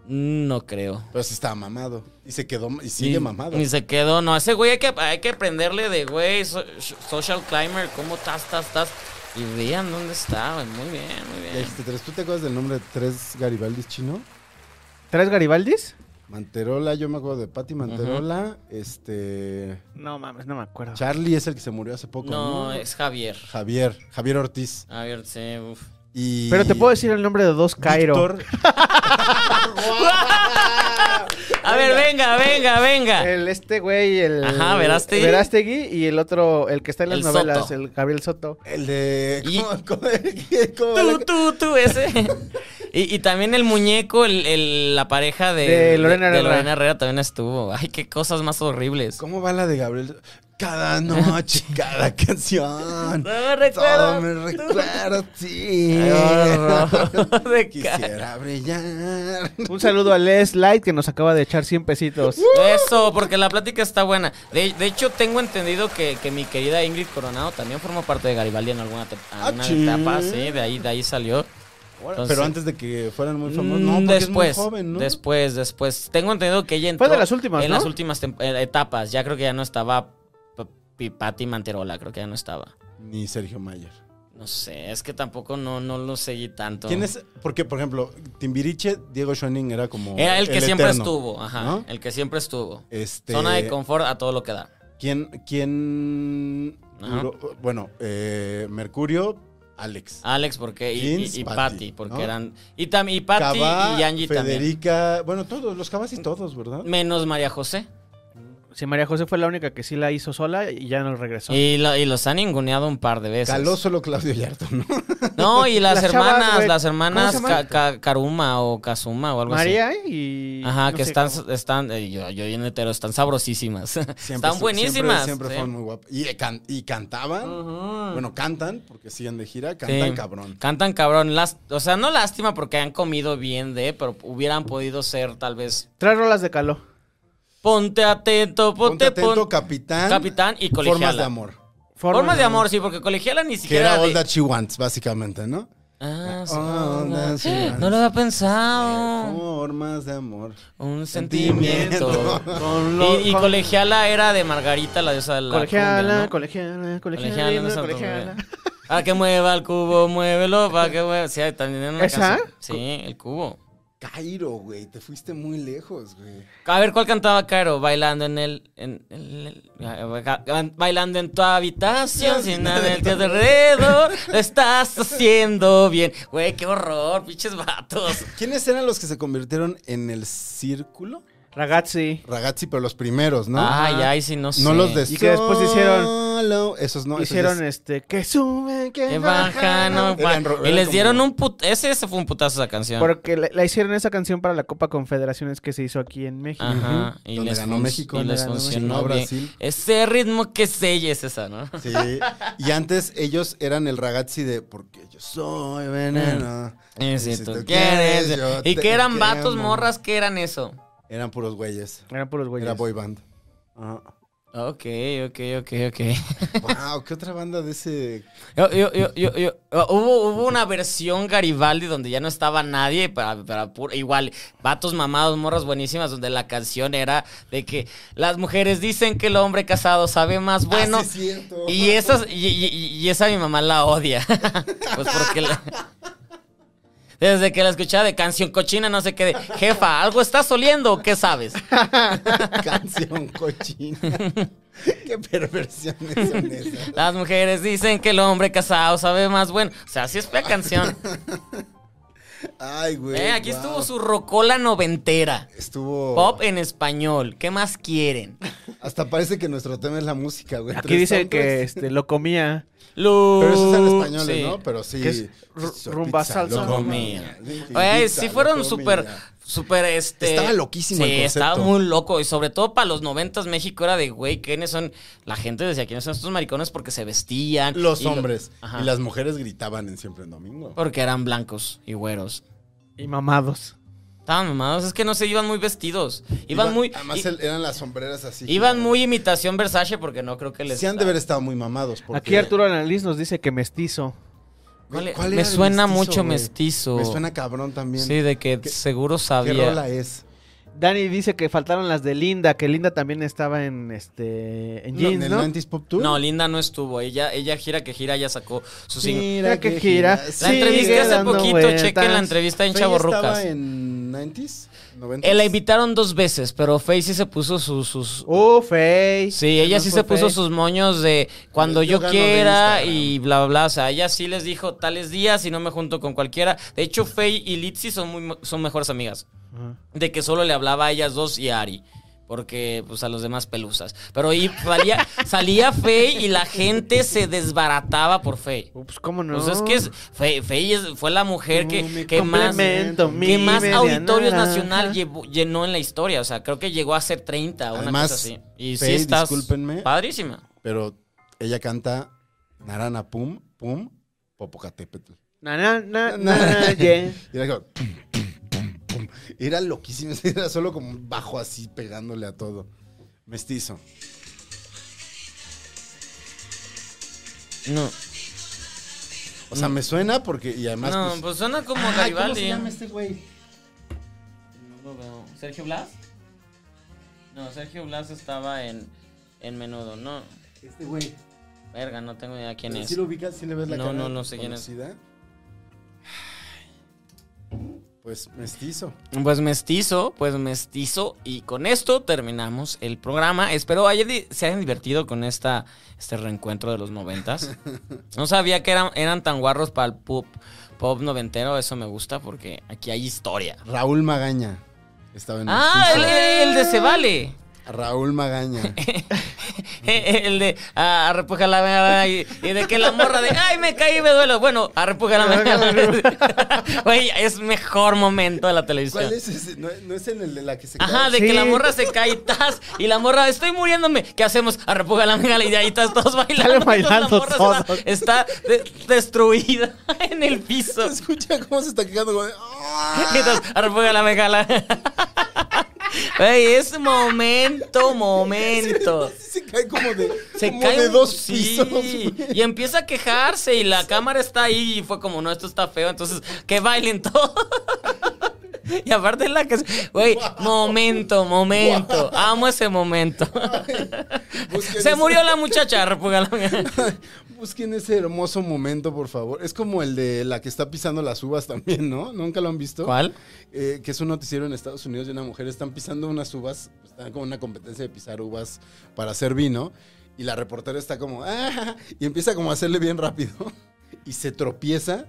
no creo. Pero sí estaba mamado. Y se quedó, y sigue Ni- mamado. Ni se quedó, no. a Ese güey hay que, hay que prenderle de güey, so- social climber, cómo estás, estás, estás. Y vean dónde está, güey. Muy bien, muy Ya bien. dijiste tres. ¿Tú te acuerdas del nombre de tres Garibaldis chino? ¿Tres Garibaldis? Manterola, yo me acuerdo de Patti Manterola. Este. No mames, no me acuerdo. Charlie es el que se murió hace poco. No, No, es Javier. Javier. Javier Ortiz. A ver, sí, uf. Y... Pero te puedo decir el nombre de dos Cairo. Víctor. A ver, venga, venga, venga. El este güey, el. Ajá, Verástegui. Verástegui y el otro, el que está en las El novelas, Soto. el Gabriel Soto. El de. Y- ¿Cómo, cómo- cómo- Tú, tú, tú, ese. Y, y también el muñeco, el- el- la pareja de, De Lorena Herrera. Lorena Herrera también estuvo. Ay, qué cosas más horribles. ¿Cómo va la de Gabriel? Cada noche, cada canción. No me Todo recuerdo. me recuerda a ti. Ay, horror. De Quisiera brillar. Un saludo a Les Light que nos acaba de echar 100 pesitos. Uh. Eso, porque la plática está buena. De, de hecho, tengo entendido que, que mi querida Ingrid Coronado también formó parte de Garibaldi en alguna, te- alguna chis. etapa, sí, de ahí, de ahí salió. Entonces- Pero antes de que fueran muy famosos, Mm, Pues no, porque después, es muy joven, ¿no? después, después. Tengo entendido que ella entró Fue de las últimas, en ¿no? las últimas tem- eh, etapas. Ya creo que ya no estaba P- P- Pati Manterola, creo que ya no estaba. Ni Sergio Mayer. No sé, es que tampoco no, no lo seguí tanto. ¿Quién es? Porque, por ejemplo, Timbiriche, Diego Schoening era como. Era el que siempre eterno, estuvo, ajá, ¿no? el que siempre estuvo. Este, Zona de confort a todo lo que da. ¿Quién? quién Ajá. Uro- bueno, eh, Mercurio, Alex. Alex, porque y, Vince, y- y Patty, Patty, porque ¿no? eran y tam, y Patty Cabá, y Angie también. Federica, bueno, todos, los Cabas y todos, ¿verdad? Menos María José. Sí, María José fue la única que sí la hizo sola y ya no regresó. Y, lo- y los han ninguneado un par de veces. Caló solo Claudio Yarto, ¿no? No, y las, Las chavas, hermanas, güey. las ¿Cómo hermanas se llaman? Ka- Ka- Karuma o Kazuma o algo María así. y. Ajá, no que sé están, cómo. están eh, yo, yo en hetero, están sabrosísimas. Siempre- están buenísimas. Siempre, siempre sí. fueron muy guapas. Y, eh, can- y cantaban. Bueno, cantan, porque siguen de gira, Sí. cantan cabrón. Cantan cabrón. Las, o sea, no lástima porque han comido bien de, pero hubieran podido ser tal vez. Tres rolas de caló. Ponte atento, Ponte ponte, atento, pon- capitán. Capitán y colegiala. Formas de amor. Formas de amor, sí, porque colegiala ni Que siquiera. era All de- That She Wants, básicamente, ¿no? Ah, sí, All that she wants. No lo había Eh, pensado. Formas de amor. Un Sentimiento. sentimiento. Con lo- Y, y con- colegiala era de Margarita, la diosa de la cumbia, Colegiala, ¿no? Colegiala, no colegiala, colegiala, sé cómo colegiala. era. Ah, que mueva el cubo, muévelo, para que mueva. Sí, también era una ¿Esa? canción. Sí, el cubo. Cairo, güey, te fuiste muy lejos, güey. A ver, ¿cuál cantaba Caro? Bailando en el... en el- en- bailando en tu habitación, sin nada de ti alrededor, lo estás haciendo bien. Güey, qué horror, pinches vatos. ¿Quiénes eran los que se convirtieron en el círculo? Ragazzi. Ragazzi, pero los primeros, ¿no? Ay, ay, sí, no sé. No los de Y que después hicieron- Solo. Esos no. esos Hicieron ya- este. Que suben, que Que baja, bajan. no, Eran baja. ro- Y eran les como- dieron un put... Ese, ese fue un putazo esa canción. Porque la, la hicieron esa canción para la Copa Confederaciones que se hizo aquí en México. Ajá. Y Donde les ganó fun- México, Y donde les ganó México. funcionó No, bien. Brasil. Ese ritmo que selle es esa, ¿no? Sí. Y antes ellos eran el ragazzi de porque yo soy veneno. Y si tú quieres. yo y te que eran vatos, quiero. morras, que eran eso. Eran puros güeyes. Eran puros güeyes. Ah. Era boy band. Ok, ok, ok, ok. Wow, ¿qué otra banda de ese? Yo- yo- yo- yo- yo- uh, hubo, hubo una versión Garibaldi donde ya no estaba nadie, para, para puro- igual, vatos mamados, morras buenísimas, donde la canción era de que las mujeres dicen que el hombre casado sabe más Pues bueno. Ah, sí, es cierto. Y, esas, y, y- y esa mi mamá la odia. pues porque la- Desde que la escuchaba de canción cochina, no sé qué de. Jefa, ¿algo estás oliendo o qué sabes? canción cochina. Qué perversiones son esas. Las mujeres dicen que el hombre casado sabe más bueno. O sea, así es la canción. Ay, güey. Eh, aquí wow. Oh. estuvo su rocola noventera. Estuvo. Pop en español. ¿Qué más quieren? Hasta parece que nuestro tema es la música, güey. Aquí Tres dice tantos. que este, lo comía. Luz. Pero esos eran españoles, Sí. ¿no? Pero sí. ¿Qué es? Ru- rumba salsa. lo Lo comía. Sí, Oye, pizza, sí lo fueron comía. súper, súper, este... Estaba loquísimo Sí, el concepto. estaba muy loco. Y sobre todo para los noventas México era de, güey, ¿quiénes son? La gente decía, ¿quiénes son estos maricones? Porque se vestían. Los y lo- hombres. Ajá. Y las mujeres gritaban en Siempre en Domingo. Porque eran blancos y güeros. Y mamados. Estaban mamados. Es que no se iban muy vestidos. Iban Iba- muy... Además, i- el- eran las sombreras así. Iban muy imitación Versace porque no creo que les... Se han de haber estado muy mamados. Porque, Aquí Arturo Analiz nos dice que mestizo. ¿Cuál e- Güey, ¿cuál me era el suena mestizo, mucho güey? mestizo. Me suena cabrón también. Sí, de que ¿Qué- seguro ¿Qué sabía. rola es? Dani dice que faltaron las de Linda, que Linda también estaba en este en No, jeans, ¿En ¿no? el 90s Pop Tour? No, Linda no estuvo. Ella, ella gira que gira, ya sacó su single. Mira que gira. La sigue entrevisté hace dando poquito, vueltas. chequen la entrevista en Faye Chavorrucas. estaba en 90s? 90s. Eh, la invitaron dos veces, pero Faye sí se puso sus. sus Oh, Face. sí, ella sí se puso sus moños de cuando Yo yo, gano de quiera Instagram. y bla, bla. O sea, ella sí les dijo tales días y no me junto con cualquiera. De hecho, Faye y Litzy son, muy, son mejores amigas. de que solo le hablaba a ellas dos y a Ari. Porque, pues, a los demás pelusas. Pero y salía, salía Faye y la gente se desbarataba por Faye. Pues cómo no. Pues es que es, Faye, Faye es- fue la mujer que, que más, Complemento, mi que más media auditorios naranja. nacional llevó- llenó en la historia. O sea, creo que llegó a ser 30 o una Además, cosa así. Y Faye, sí estás discúlpenme. padrísima. Pero ella canta Narana Pum, Pum, Popocatépetl. Na, na, na, na, yeah. Y era como, pum, pum, pum, pum. Era loquísimo. Era solo como un bajo así pegándole a todo. Mestizo. No, O sea, me suena porque. Y además. no pues- pues suena como Ay, ¿Cómo Garibaldi. se llama este güey? No lo veo. ¿Sergio Blas? No, Sergio Blas estaba en, en menudo, no. Este güey. Verga, no tengo idea quién Pero es. ¿Sí lo ubicas? ¿Sí le ves la No, cara? no, no sé quién es. conocida? Pues mestizo. Pues mestizo, pues mestizo. Y con esto terminamos el programa. Espero ayer di- se hayan divertido con esta, este reencuentro de los noventas. No sabía que eran, eran tan guarros para el pop, pop noventero. Eso me gusta porque aquí hay historia. Raúl Magaña. Estaba en Ah, el, mestizo. el- el de Se Vale. Raúl Magaña. Eh, El de ah, arrepuja la mera y, y de que la morra de ay me caí y me duelo. Bueno, arrepuja la mera. Güey, es mejor momento de la televisión. ¿Cuál es ese? ¿No, no es en el de la que se Ajá, cae? de que la Sí. morra se cae y tas, y la morra, estoy muriéndome. ¿Qué hacemos? Arrepuja la mega y ahí estás todos bailando. Salen Entonces, bailando la morra se todos. va- está de- destruida en el piso. Se escucha cómo se está quejando. como de, "Ah", Y entonces, arrepuja la mega. Ey, es momento, momento. Se cae como de, Se como cae de un- dos sí, pisos. güey. Y empieza a quejarse y la cámara está ahí y fue como, no, esto está feo, entonces que bailen todo. Y aparte la que... Güey, momento, momento. Amo ese momento. Busquen Se ese- murió la muchacha, repúgala. Busquen ese hermoso momento, por favor. Es como el de la que está pisando las uvas también, ¿no? ¿Nunca lo han visto? ¿Cuál? Eh, que es un noticiero en Estados Unidos de una mujer. Están pisando unas uvas, están como en una competencia de pisar uvas para hacer vino. Y la reportera está como, "Ah", y empieza como a hacerle bien rápido. Y se tropieza.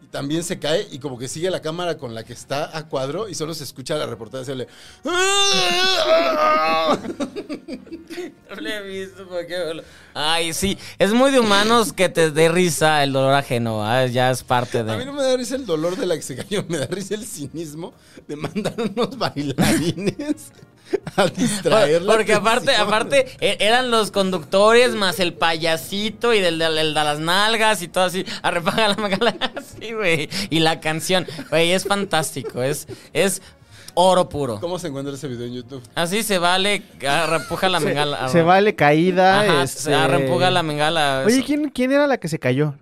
Y también se cae y como que sigue la cámara con la que está a cuadro y solo se escucha a la reportera hacerle... "Ah". No lo he visto, ¿por qué me lo- Ay, sí, es muy de humanos que te dé risa el dolor ajeno, ah, ya es parte A mí de... no me da risa el dolor de la que se cayó, me da risa el cinismo de mandar unos bailarines a distraer la Porque aparte, atención. aparte, e- eran los conductores más el payasito y del, del- del de las nalgas y todo así. Arrepaga la magala. Sí, güey. Y la canción. Güey, es fantástico. Es, es oro puro. ¿Cómo se encuentra ese video en YouTube? Así se vale. Arrepuja la mengala. ah. Se, se vale caída. Ajá, este- se arrepuja la mengala. Oye, ¿quién, ¿quién era la que se cayó?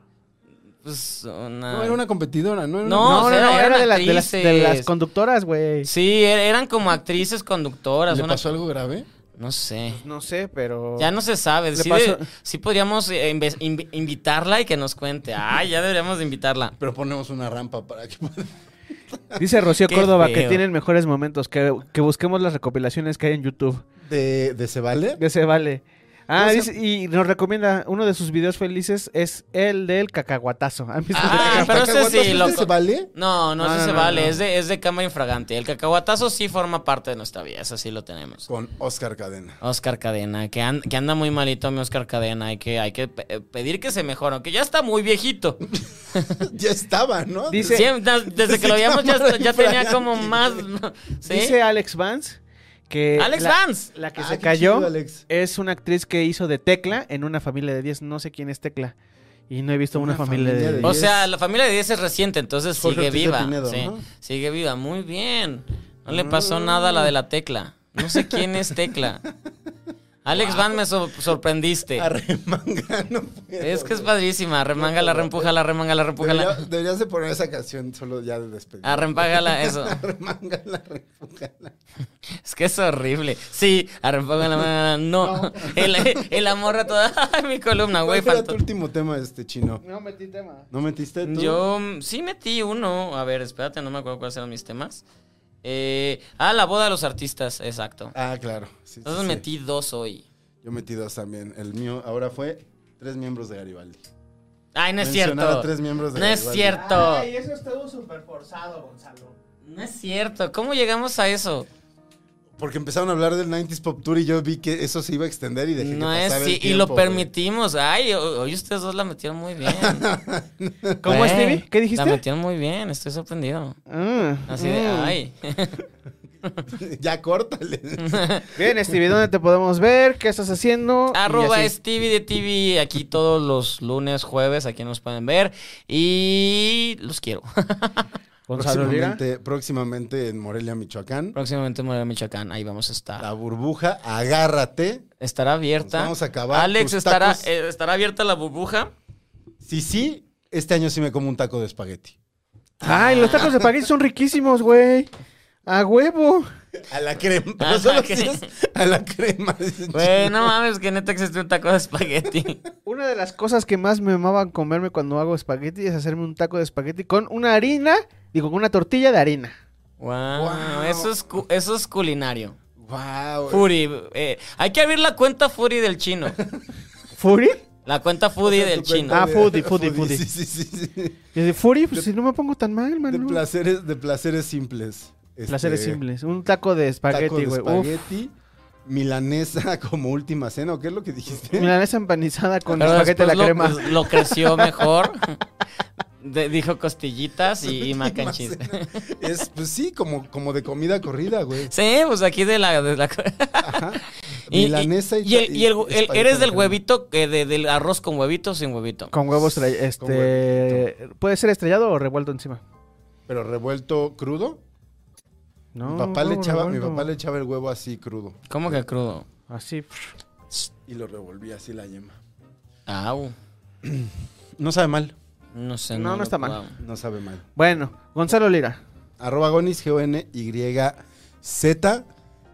Pues, una- No, era una competidora, ¿no? Era No, una- o sea, eran de, las, de, las, de actrices. las conductoras, güey. Sí, er- eran como actrices conductoras. ¿Le una- pasó algo grave? No sé. No sé, pero. Ya no se sabe. Le Sí, de- pasó- sí podríamos eh, inve- invi- invitarla y que nos cuente. Ay, ya deberíamos de invitarla. Pero ponemos una rampa para que... Dice Rocío Qué Córdoba que feo. tienen mejores momentos, que, que busquemos las recopilaciones que hay en YouTube. ¿De, de se vale? Que se vale. Ah, No sé. dice- y nos recomienda, uno de sus videos felices es el del cacahuatazo. ¿Han visto el Ah, cacahuatazo? pero ese sí, ¿Cacahuatazos de loco. se vale? No, no, No, eso no, se no, vale. no. Es, de, es de cámara infragante. El cacahuatazo sí forma parte de nuestra vida. Eso sí lo tenemos. Con Oscar Cadena. Oscar Cadena, que, an- que anda muy malito mi Oscar Cadena. Hay que, hay que pe- eh, pedir que se mejore, aunque ya está muy viejito. ya estaba, ¿no? Dice- Siem- da- desde, que lo veíamos ya, cámara está- ya tenía infragante. como más... ¿sí? Dice Alex Vance que. Alex la- Vance. La que Ah, se qué cayó chido, Alex. es una actriz que hizo de Tecla en una familia de 10. No sé quién es Tecla. Y no he visto una, Una familia, familia de de O 10. diez. sea, la familia de 10 es reciente, entonces Jorge sigue Ortiz de viva. Pinedo, sí, ¿no? Sigue viva, muy bien. No le pasó nada a la de la tecla. No sé quién es tecla. Alex Van, me so- sorprendiste. Arremanga, no puedo. Es que es padrísima. Remángala, reempújala, remángala, Debería- reempújala. deberías de poner esa canción solo ya de Ah, despedida. Arrempágala, eso. Arremangala, arrempújala. Es que es horrible. Sí, arrempágala, no. El, el amor a toda Ay, mi columna, güey. ¿Cuál era faltó. tu último tema este chino? No metí tema. ¿No metiste tú? Yo mm, sí metí uno. A ver, espérate, no me acuerdo cuáles eran mis temas. Eh, ah, la boda de los artistas, exacto. Ah, claro. Sí, sí, Entonces sí. metí dos hoy. Yo metí dos también. El mío ahora fue tres miembros de Garibaldi. Ay, no es Mencionar cierto. a tres miembros de No es Garibaldi. cierto. eso estuvo súper forzado, Gonzalo. No es cierto. ¿Cómo llegamos a eso? Porque empezaron a hablar del 90s Pop Tour y yo vi que eso se iba a extender y dejé No es que pasara el sí, y tiempo, lo güey. permitimos. Ay, ho- hoy ustedes dos la metieron muy bien. ¿Cómo, Güey, Stevie? ¿Qué La dijiste? metieron muy bien, estoy sorprendido. Ah, Así de, mm. ay. ya córtale. Bien, Stevie, ¿dónde te podemos ver? ¿Qué estás haciendo? Y Arroba así. Stevie de TV aquí todos los lunes, jueves, aquí nos pueden ver. Y los quiero. Gonzalo Lira. próximamente, próximamente en Morelia, Michoacán. Próximamente en Morelia, Michoacán, ahí vamos a estar. La burbuja, agárrate. Estará abierta. Nos vamos a acabar Alex, tus estará, tacos. eh, estará abierta la burbuja. Si sí, este año sí me como un taco de espagueti. Ay, los tacos de espagueti son riquísimos, güey. A huevo. A la crema. A No solo la si crema. es a la crema. dice Güey, Chino. no mames, que neta existe un taco de espagueti. Una de las cosas que más me amaban comerme cuando hago espagueti es hacerme un taco de espagueti con una harina, digo, con una tortilla de harina. Wow, Wow. Eso, es cu- eso es culinario. Wow. Furi, eh, hay que abrir la cuenta Furi del chino. ¿Furi? La cuenta Furi del Tu cuenta chino. Ah, de- foodie, foodie, foodie. Sí, sí, sí, sí. Y de Furi, pues si no me pongo tan mal, De mano. placeres, de placeres simples. Este, Placeres simples. Un taco de Taco espagueti, de güey. Uf. espagueti, milanesa como última cena, ¿o qué es lo que dijiste? Milanesa empanizada con Pero espagueti a la después lo, crema. pues, lo creció mejor. De- dijo costillitas y, y mac and cheese. cena. Es, pues sí, como, como de comida corrida, güey. Sí, pues aquí de la... de la- Ajá. Y- y- Milanesa y, y el, y el- el- ¿Eres espagueti a la del crema. huevito, que de- del arroz con huevito o sin huevito? Con huevos, tra- este... ¿Puede ser estrellado o revuelto encima? Pero revuelto crudo. No, mi, papá le huevo echaba, mi revuelto. papá le echaba el huevo así crudo. ¿Cómo que crudo? Así. pff. Y lo revolvía así la yema. Au. No sabe mal. No sé. No, no lo está he mal. probado. No sabe mal. Bueno, Gonzalo Lira. Arroba Gonis, G-O-N-Y-Z.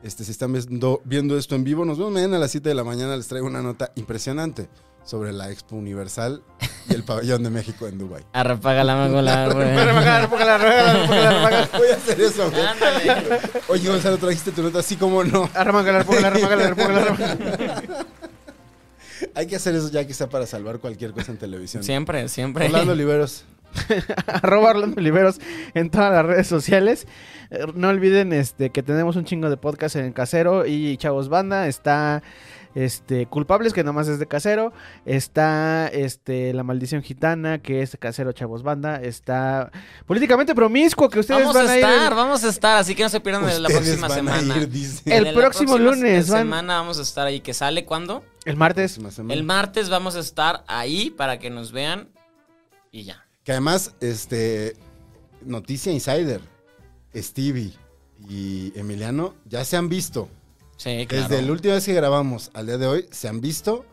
Este, si están viendo, viendo esto en vivo, nos vemos mañana a las 7 de la mañana. Les traigo una nota impresionante sobre la Expo Universal y el Pabellón de México en Dubái. Arrepaga la mangola, güey. Voy a hacer eso, güey. Ándale. Oye, Gonzalo, trajiste tu nota así como no. Arremángala, arremángala, arremángala, arremángala, arremángala. Hay que hacer eso ya que sea para salvar cualquier cosa en televisión. Siempre, siempre. Orlando Oliveros. Arroba Orlando Oliveros en todas las redes sociales. Eh, No olviden este que tenemos un chingo de podcast en Casero y Chavos Banda. Está este Culpables, que nomás es de Casero. Está este La Maldición Gitana, que es de Casero Chavos Banda. Está Políticamente Promiscuo, que ustedes Vamos van a a ir. estar, vamos a estar, así que no se pierdan de la Ustedes próxima van semana. a ir, dice. El De la próximo próxima lunes, se- van. Mm. semana vamos a estar ahí. ¿Que sale cuándo? El martes. Próxima semana. El martes vamos a estar ahí para que nos vean y ya. Que además, este, Noticia Insider, Stevie y Emiliano ya se han visto. Sí, claro. Desde la última vez que grabamos al día de hoy, se han visto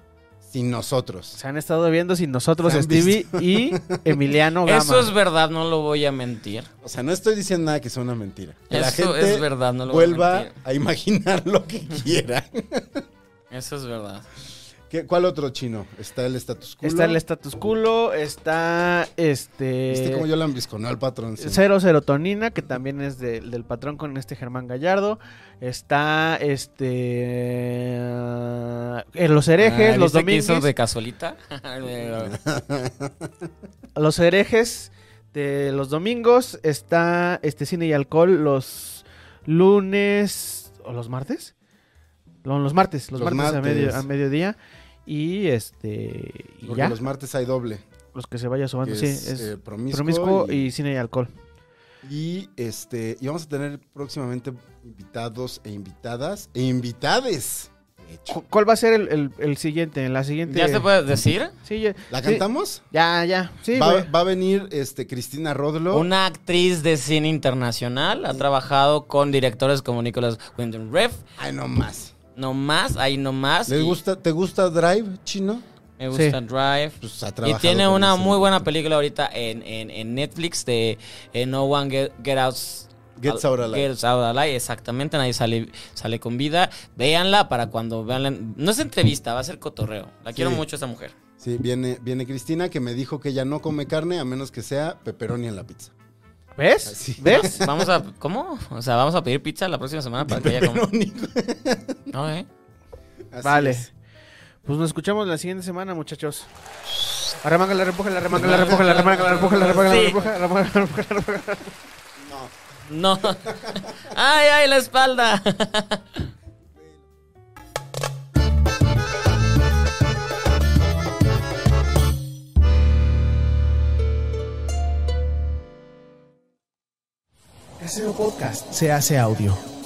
sin nosotros. Se han estado viendo sin nosotros, Se han Stevie y Emiliano Gama. Eso es verdad, no lo voy a mentir. O sea, no estoy diciendo nada que sea una mentira. Que la Eso gente es verdad, no lo voy a vuelva mentir. a, imaginar lo que quiera. Eso es verdad. ¿Qué- ¿Cuál otro chino? Está el status quo. Está el status culo, está este. ¿Viste cómo yo lambisconé al patrón? Sí. Cero Serotonina, que también es de- del patrón con este Germán Gallardo. Está este. ah, en los herejes, Ah, los ¿viste que hizo domingos. de casualita? Pero- Los herejes de los domingos. Está este cine y alcohol los lunes. ¿O los martes? No, los martes, los, Los martes, A, martes. medio- a mediodía. Y este. y Porque ya, los los... martes hay doble. que se vaya sumando. que Sí, es, es eh, promiscuo, promiscuo y- y cine y alcohol. Y este, y vamos a tener próximamente invitados e invitadas e invitades. De hecho. Cu- ¿Cuál va a ser el, el- el siguiente? La siguiente. ¿Ya se puede decir? Sí, ya- ¿La sí. cantamos? Ya, ya. Sí, va, güey. va a venir este Cristina Rodlo. Una actriz de cine internacional ha trabajado con directores como Nicholas Winding Refn, Ay, no más. nomás, ahí nomás. ¿Les y gusta, ¿Te gusta Drive, chino? Me gusta Sí. Drive. Pues ha Y trabajado tiene con una ese. muy buena película ahorita en, en- en Netflix de eh, No One Get, Get Out. Gets Out Alive. Gets Out Alive, exactamente. Nadie sale, sale con vida. Véanla para cuando vean. la- No es entrevista, va a ser cotorreo. La quiero Sí. mucho esa mujer. Sí, viene, viene Cristina que me dijo que ella no come carne a menos que sea pepperoni en la pizza. ¿Ves? Así. ¿Ves? Vamos a. ¿Cómo? O sea, vamos a pedir pizza la próxima semana para que ella coma. Pepperoni. No, ¿eh? Así vale. es. Pues nos escuchamos la siguiente semana, muchachos. Arremanga la repuja, la remanca, la repuja, la remanca, la repuja, la remanca, la Sí. repuja, la remanca, la repuja, la repuja. No. ¡Ay, ay, la espalda! Casero Podcast se hace audio.